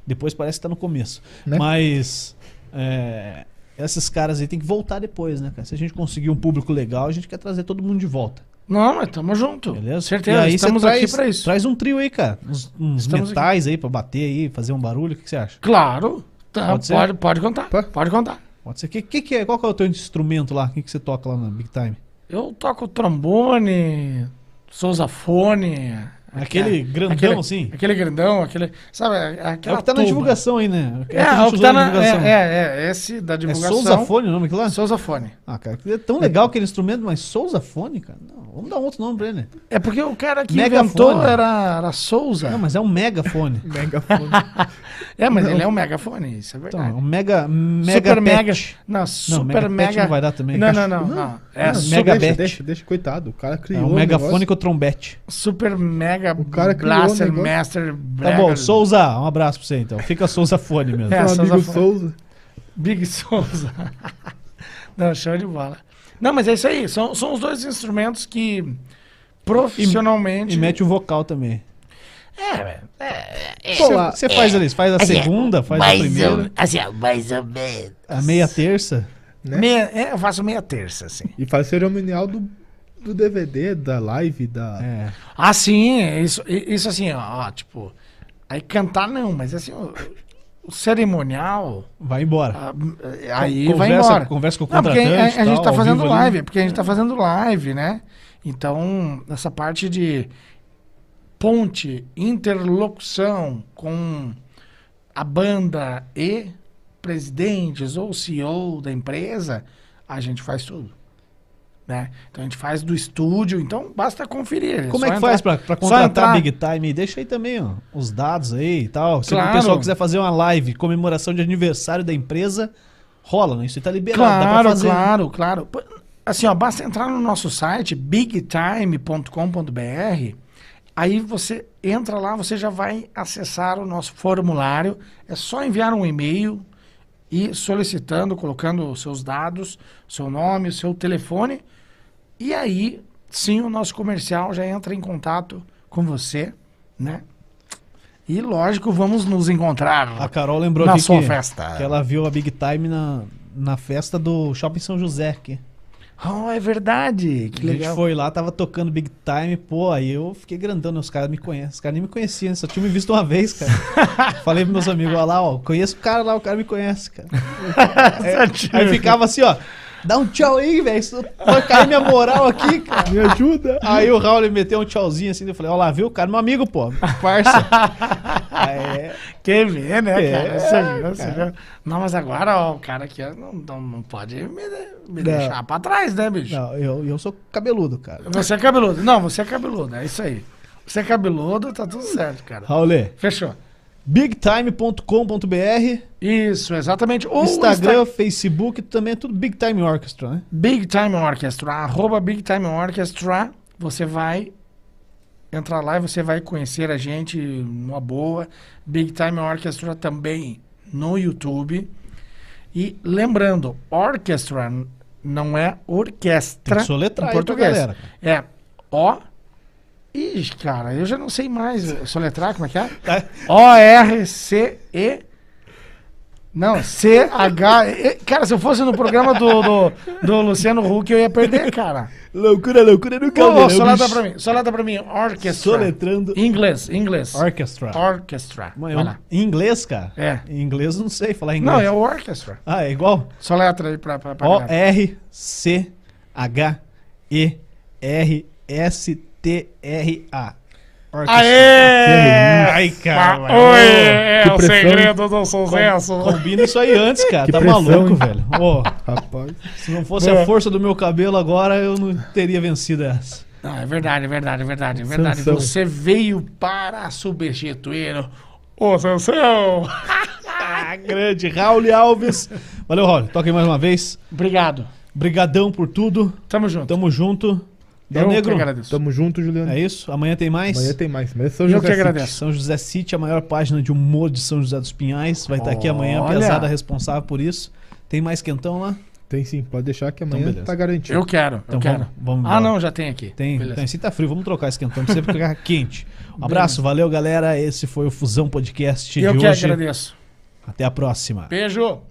A: Depois parece que tá no começo.
B: Né?
A: Mas. é, esses caras aí tem que voltar depois, né, cara? Se a gente conseguir um público legal, a gente quer trazer todo mundo de volta.
C: Não, mas tamo junto.
A: Beleza?
C: Certeza,
A: E aí
C: estamos
A: você traz,
C: aqui pra isso.
A: Traz um trio aí, cara. Uns, uns
C: Estamos
A: metais aí pra bater aí, fazer um barulho. O que que você acha?
C: Claro. Tá,
A: Pode
C: pode,
A: ser?
C: pode, contar.
B: Pá.
C: Pode contar.
A: Pode ser. Que, que, que é? Qual que é o teu instrumento lá? O que, que você toca lá na Big Time? É
C: Eu toco trombone, sousafone.
A: Aquele grandão,
C: aquele,
A: assim?
C: Aquele grandão, aquele. Sabe, a-
A: É
C: aquela
A: o que tá na
C: tuba.
A: divulgação aí, né?
C: É, é
A: a
C: o
A: gente
C: que
A: usou
C: tá na. É, é, é, esse da
A: É
C: divulgação.
A: Sousafone o nome que lá?
C: Sousafone.
A: Ah, cara, que é tão legal aquele instrumento, mas Sousafone, cara? Não, vamos dar um outro nome pra ele. né?
C: É porque o cara que
A: Megafone.
C: inventou era, era Souza.
A: Não, mas é um megafone.
B: Megafone. *laughs*
C: É, mas ele é um megafone, isso é
A: Então, é
C: verdade.
A: um mega. mega
C: super
A: pet. É
C: mega. Não, super
A: mega pet
C: mega.
A: não vai dar também,
C: Não,
A: cachorro.
C: não, não, não. É
A: Não, mega-
C: su-
B: Deixa,
A: Megabet.
B: Deixa, deixa, coitado. O cara
A: É
B: criou.
A: um
B: o
A: megafone
B: negócio.
A: com trombete.
C: super mega.
B: O cara criou o
C: Blaster
B: negócio.
C: Master
A: Tá bom, Souza, um abraço pra você então. Fica Sousafone mesmo.
C: *laughs* É.
B: Meu
C: Souza
B: amigo
C: Fone.
B: Souza.
C: Big *laughs* Souza. não, show de bola. Não, mas é isso aí. São, são os dois instrumentos que profissionalmente.
A: E mete o vocal também.
D: É, é, é.
A: Você você faz ali, você faz a segunda, faz a
D: Assim, mais
A: primeira,
D: Ou, assim, ó, mais ou menos.
A: a meia terça.
B: né?
C: Meia- é, eu faço meia terça, assim.
B: E faz cerimonial do, do DVD, da live, da.
A: É.
C: Ah, sim, isso, i- isso assim, ó, ó, tipo, aí cantar não, mas assim, o, o cerimonial,
A: Vai embora.
C: a- Ah, hum, é, aí
A: Conversa-
C: vai embora.
A: Conversa com o
C: Não, porque
A: contratante.
C: a, a gente
A: tal,
C: tá
A: ao
C: fazendo
A: vivo ali.
C: live, é porque a gente tá fazendo live, né? Então, essa parte de ponte, interlocução com a banda e presidentes ou CEO da empresa, a gente faz tudo. Né? Então a gente faz do estúdio, então basta conferir.
A: Como
C: só
A: é que
C: entrar-
A: faz pra, pra
C: só
A: contratar
C: entrar-
A: a Big Time? Deixa aí também ó, os dados aí e tal. Se o
C: Claro.
A: pessoal quiser fazer uma live, comemoração de aniversário da empresa, rola, né? Isso aí tá liberado, dá pra
C: Claro,
A: fazer.
C: claro, claro. Pô, Assim, ó, basta entrar no nosso site bigtime.com.br. Aí você entra lá, você já vai acessar o nosso formulário. É só enviar um e-mail e solicitando, colocando os seus dados, seu nome, o seu telefone. E aí, sim, o nosso comercial já entra em contato com você, né? E lógico, vamos nos
A: A
C: encontrar
A: Carol lembrou
C: na
A: aqui
C: sua
A: que,
C: festa.
A: que ela viu a Big Time na, na festa do Shopping São José aqui.
C: Oh, é verdade. Que
A: A gente
C: legal.
A: foi lá, tava tocando Big Time, pô, aí eu fiquei grandão, né? Os caras me conhecem. Os caras nem me conheciam, só tinham me visto uma vez, *laughs* cara. Falei pros meus amigos, ó lá, ó, conheço o cara lá, o cara me conhece, cara. Aí ficava assim, ó, dá um tchau aí, velho, isso vai cair minha moral aqui, *laughs* cara.
B: Me ajuda.
A: Aí o Raul ele meteu um tchauzinho assim, eu falei, ó lá, viu, cara, meu amigo, *laughs* pô,
C: *laughs*
A: parça. Aí,
C: Quer ver, é. né,
A: É,
C: cara? Você viu, você viu. Não, mas agora, ó, o cara aqui ó, não, não, não pode me, me deixar pra trás, né, bicho?
A: não, eu, eu sou cabeludo, cara.
C: Você é cabeludo. Não, você é cabeludo, é isso aí. Você é cabeludo, tá tudo certo, cara.
A: Raulê,
C: Fechou.
A: bigtime.com.br,
C: Isso, exatamente. Ou o
A: Instagram, Facebook, também é tudo Big Time Orchestra, né?
C: Big Time Orchestra, arroba Big Time Orchestra, você vai entrar lá e você vai conhecer a gente numa boa. Big Time Orchestra também no YouTube. E lembrando, orchestra n- não é
A: Tem
C: orquestra
A: que soletrar
C: em
A: aí pra
C: português.
A: galera.
C: É O... Ih, cara, eu já não sei mais soletrar, como é
A: *laughs*
C: que é?
A: Tá.
C: O-R-C-E. Não, C-H. e- Cara, se eu fosse no programa do, do, do Luciano Huck, eu ia perder, cara.
A: Loucura, loucura no
C: Ô, ô,
A: cabelo.
C: solada pra mim, solada pra mim. Orchestra.
A: né? Soletrando.
C: Inglês, inglês.
A: Orchestra.
C: Orchestra.
A: Mãe,
C: Vai
A: eu-
C: lá.
A: Em inglês, cara?
C: É.
A: Em inglês eu não sei falar inglês. é.
C: Não, é o orchestra.
A: Ah, é igual?
C: Soletra aí pra, pra, pra galera.
A: O-R-C-H-E-R-S-T-R-A. Orquestra.
C: Aê!
A: Ai,
C: Ah,
A: cara.
C: Oi, é
B: Que
C: o
B: pressão, hein?
C: segredo do sucesso.
A: Combina isso aí antes, cara.
B: Que
A: tá
B: pressão,
A: maluco,
B: hein?
A: velho. Ô,
B: Rapaz.
A: se não fosse
C: Boa.
A: a força do meu cabelo agora, eu não teria vencido essa.
C: Não, é verdade, é verdade, é verdade, é verdade.
B: Sansão.
C: Você veio para substituir
A: *laughs*
C: o Sansão.
A: Ah, grande. Raul Alves. Valeu, Raul. Toca aí mais uma vez.
C: Obrigado.
A: Brigadão por tudo.
C: Tamo junto.
A: Tamo junto. Dá Então,
C: eu
A: tá negro.
C: que agradeço.
B: Tamo junto, Juliano.
A: É isso? Amanhã tem mais?
B: Amanhã tem mais. Amanhã é São
C: Eu
B: José
C: que
B: City.
C: agradeço.
A: São José City, a maior página de humor de São José dos Pinhais. Vai estar aqui amanhã, a
C: Olha.
A: pesada responsável por isso. Tem mais quentão lá?
B: Tem sim, pode deixar que amanhã
A: Então, beleza.
B: tá garantido.
C: Eu quero, eu
A: Então
C: quero.
A: vamos- vamos
C: ah,
A: embora.
C: não, já tem aqui.
A: Tem.
C: Beleza.
A: Então, assim tá frio, vamos trocar esse quentão pra sempre
C: *laughs*
A: ficar quente. Um abraço, valeu galera. Esse foi o Fusão Podcast
C: eu
A: de
C: que
A: hoje.
C: agradeço.
A: Até a próxima.
C: Beijo.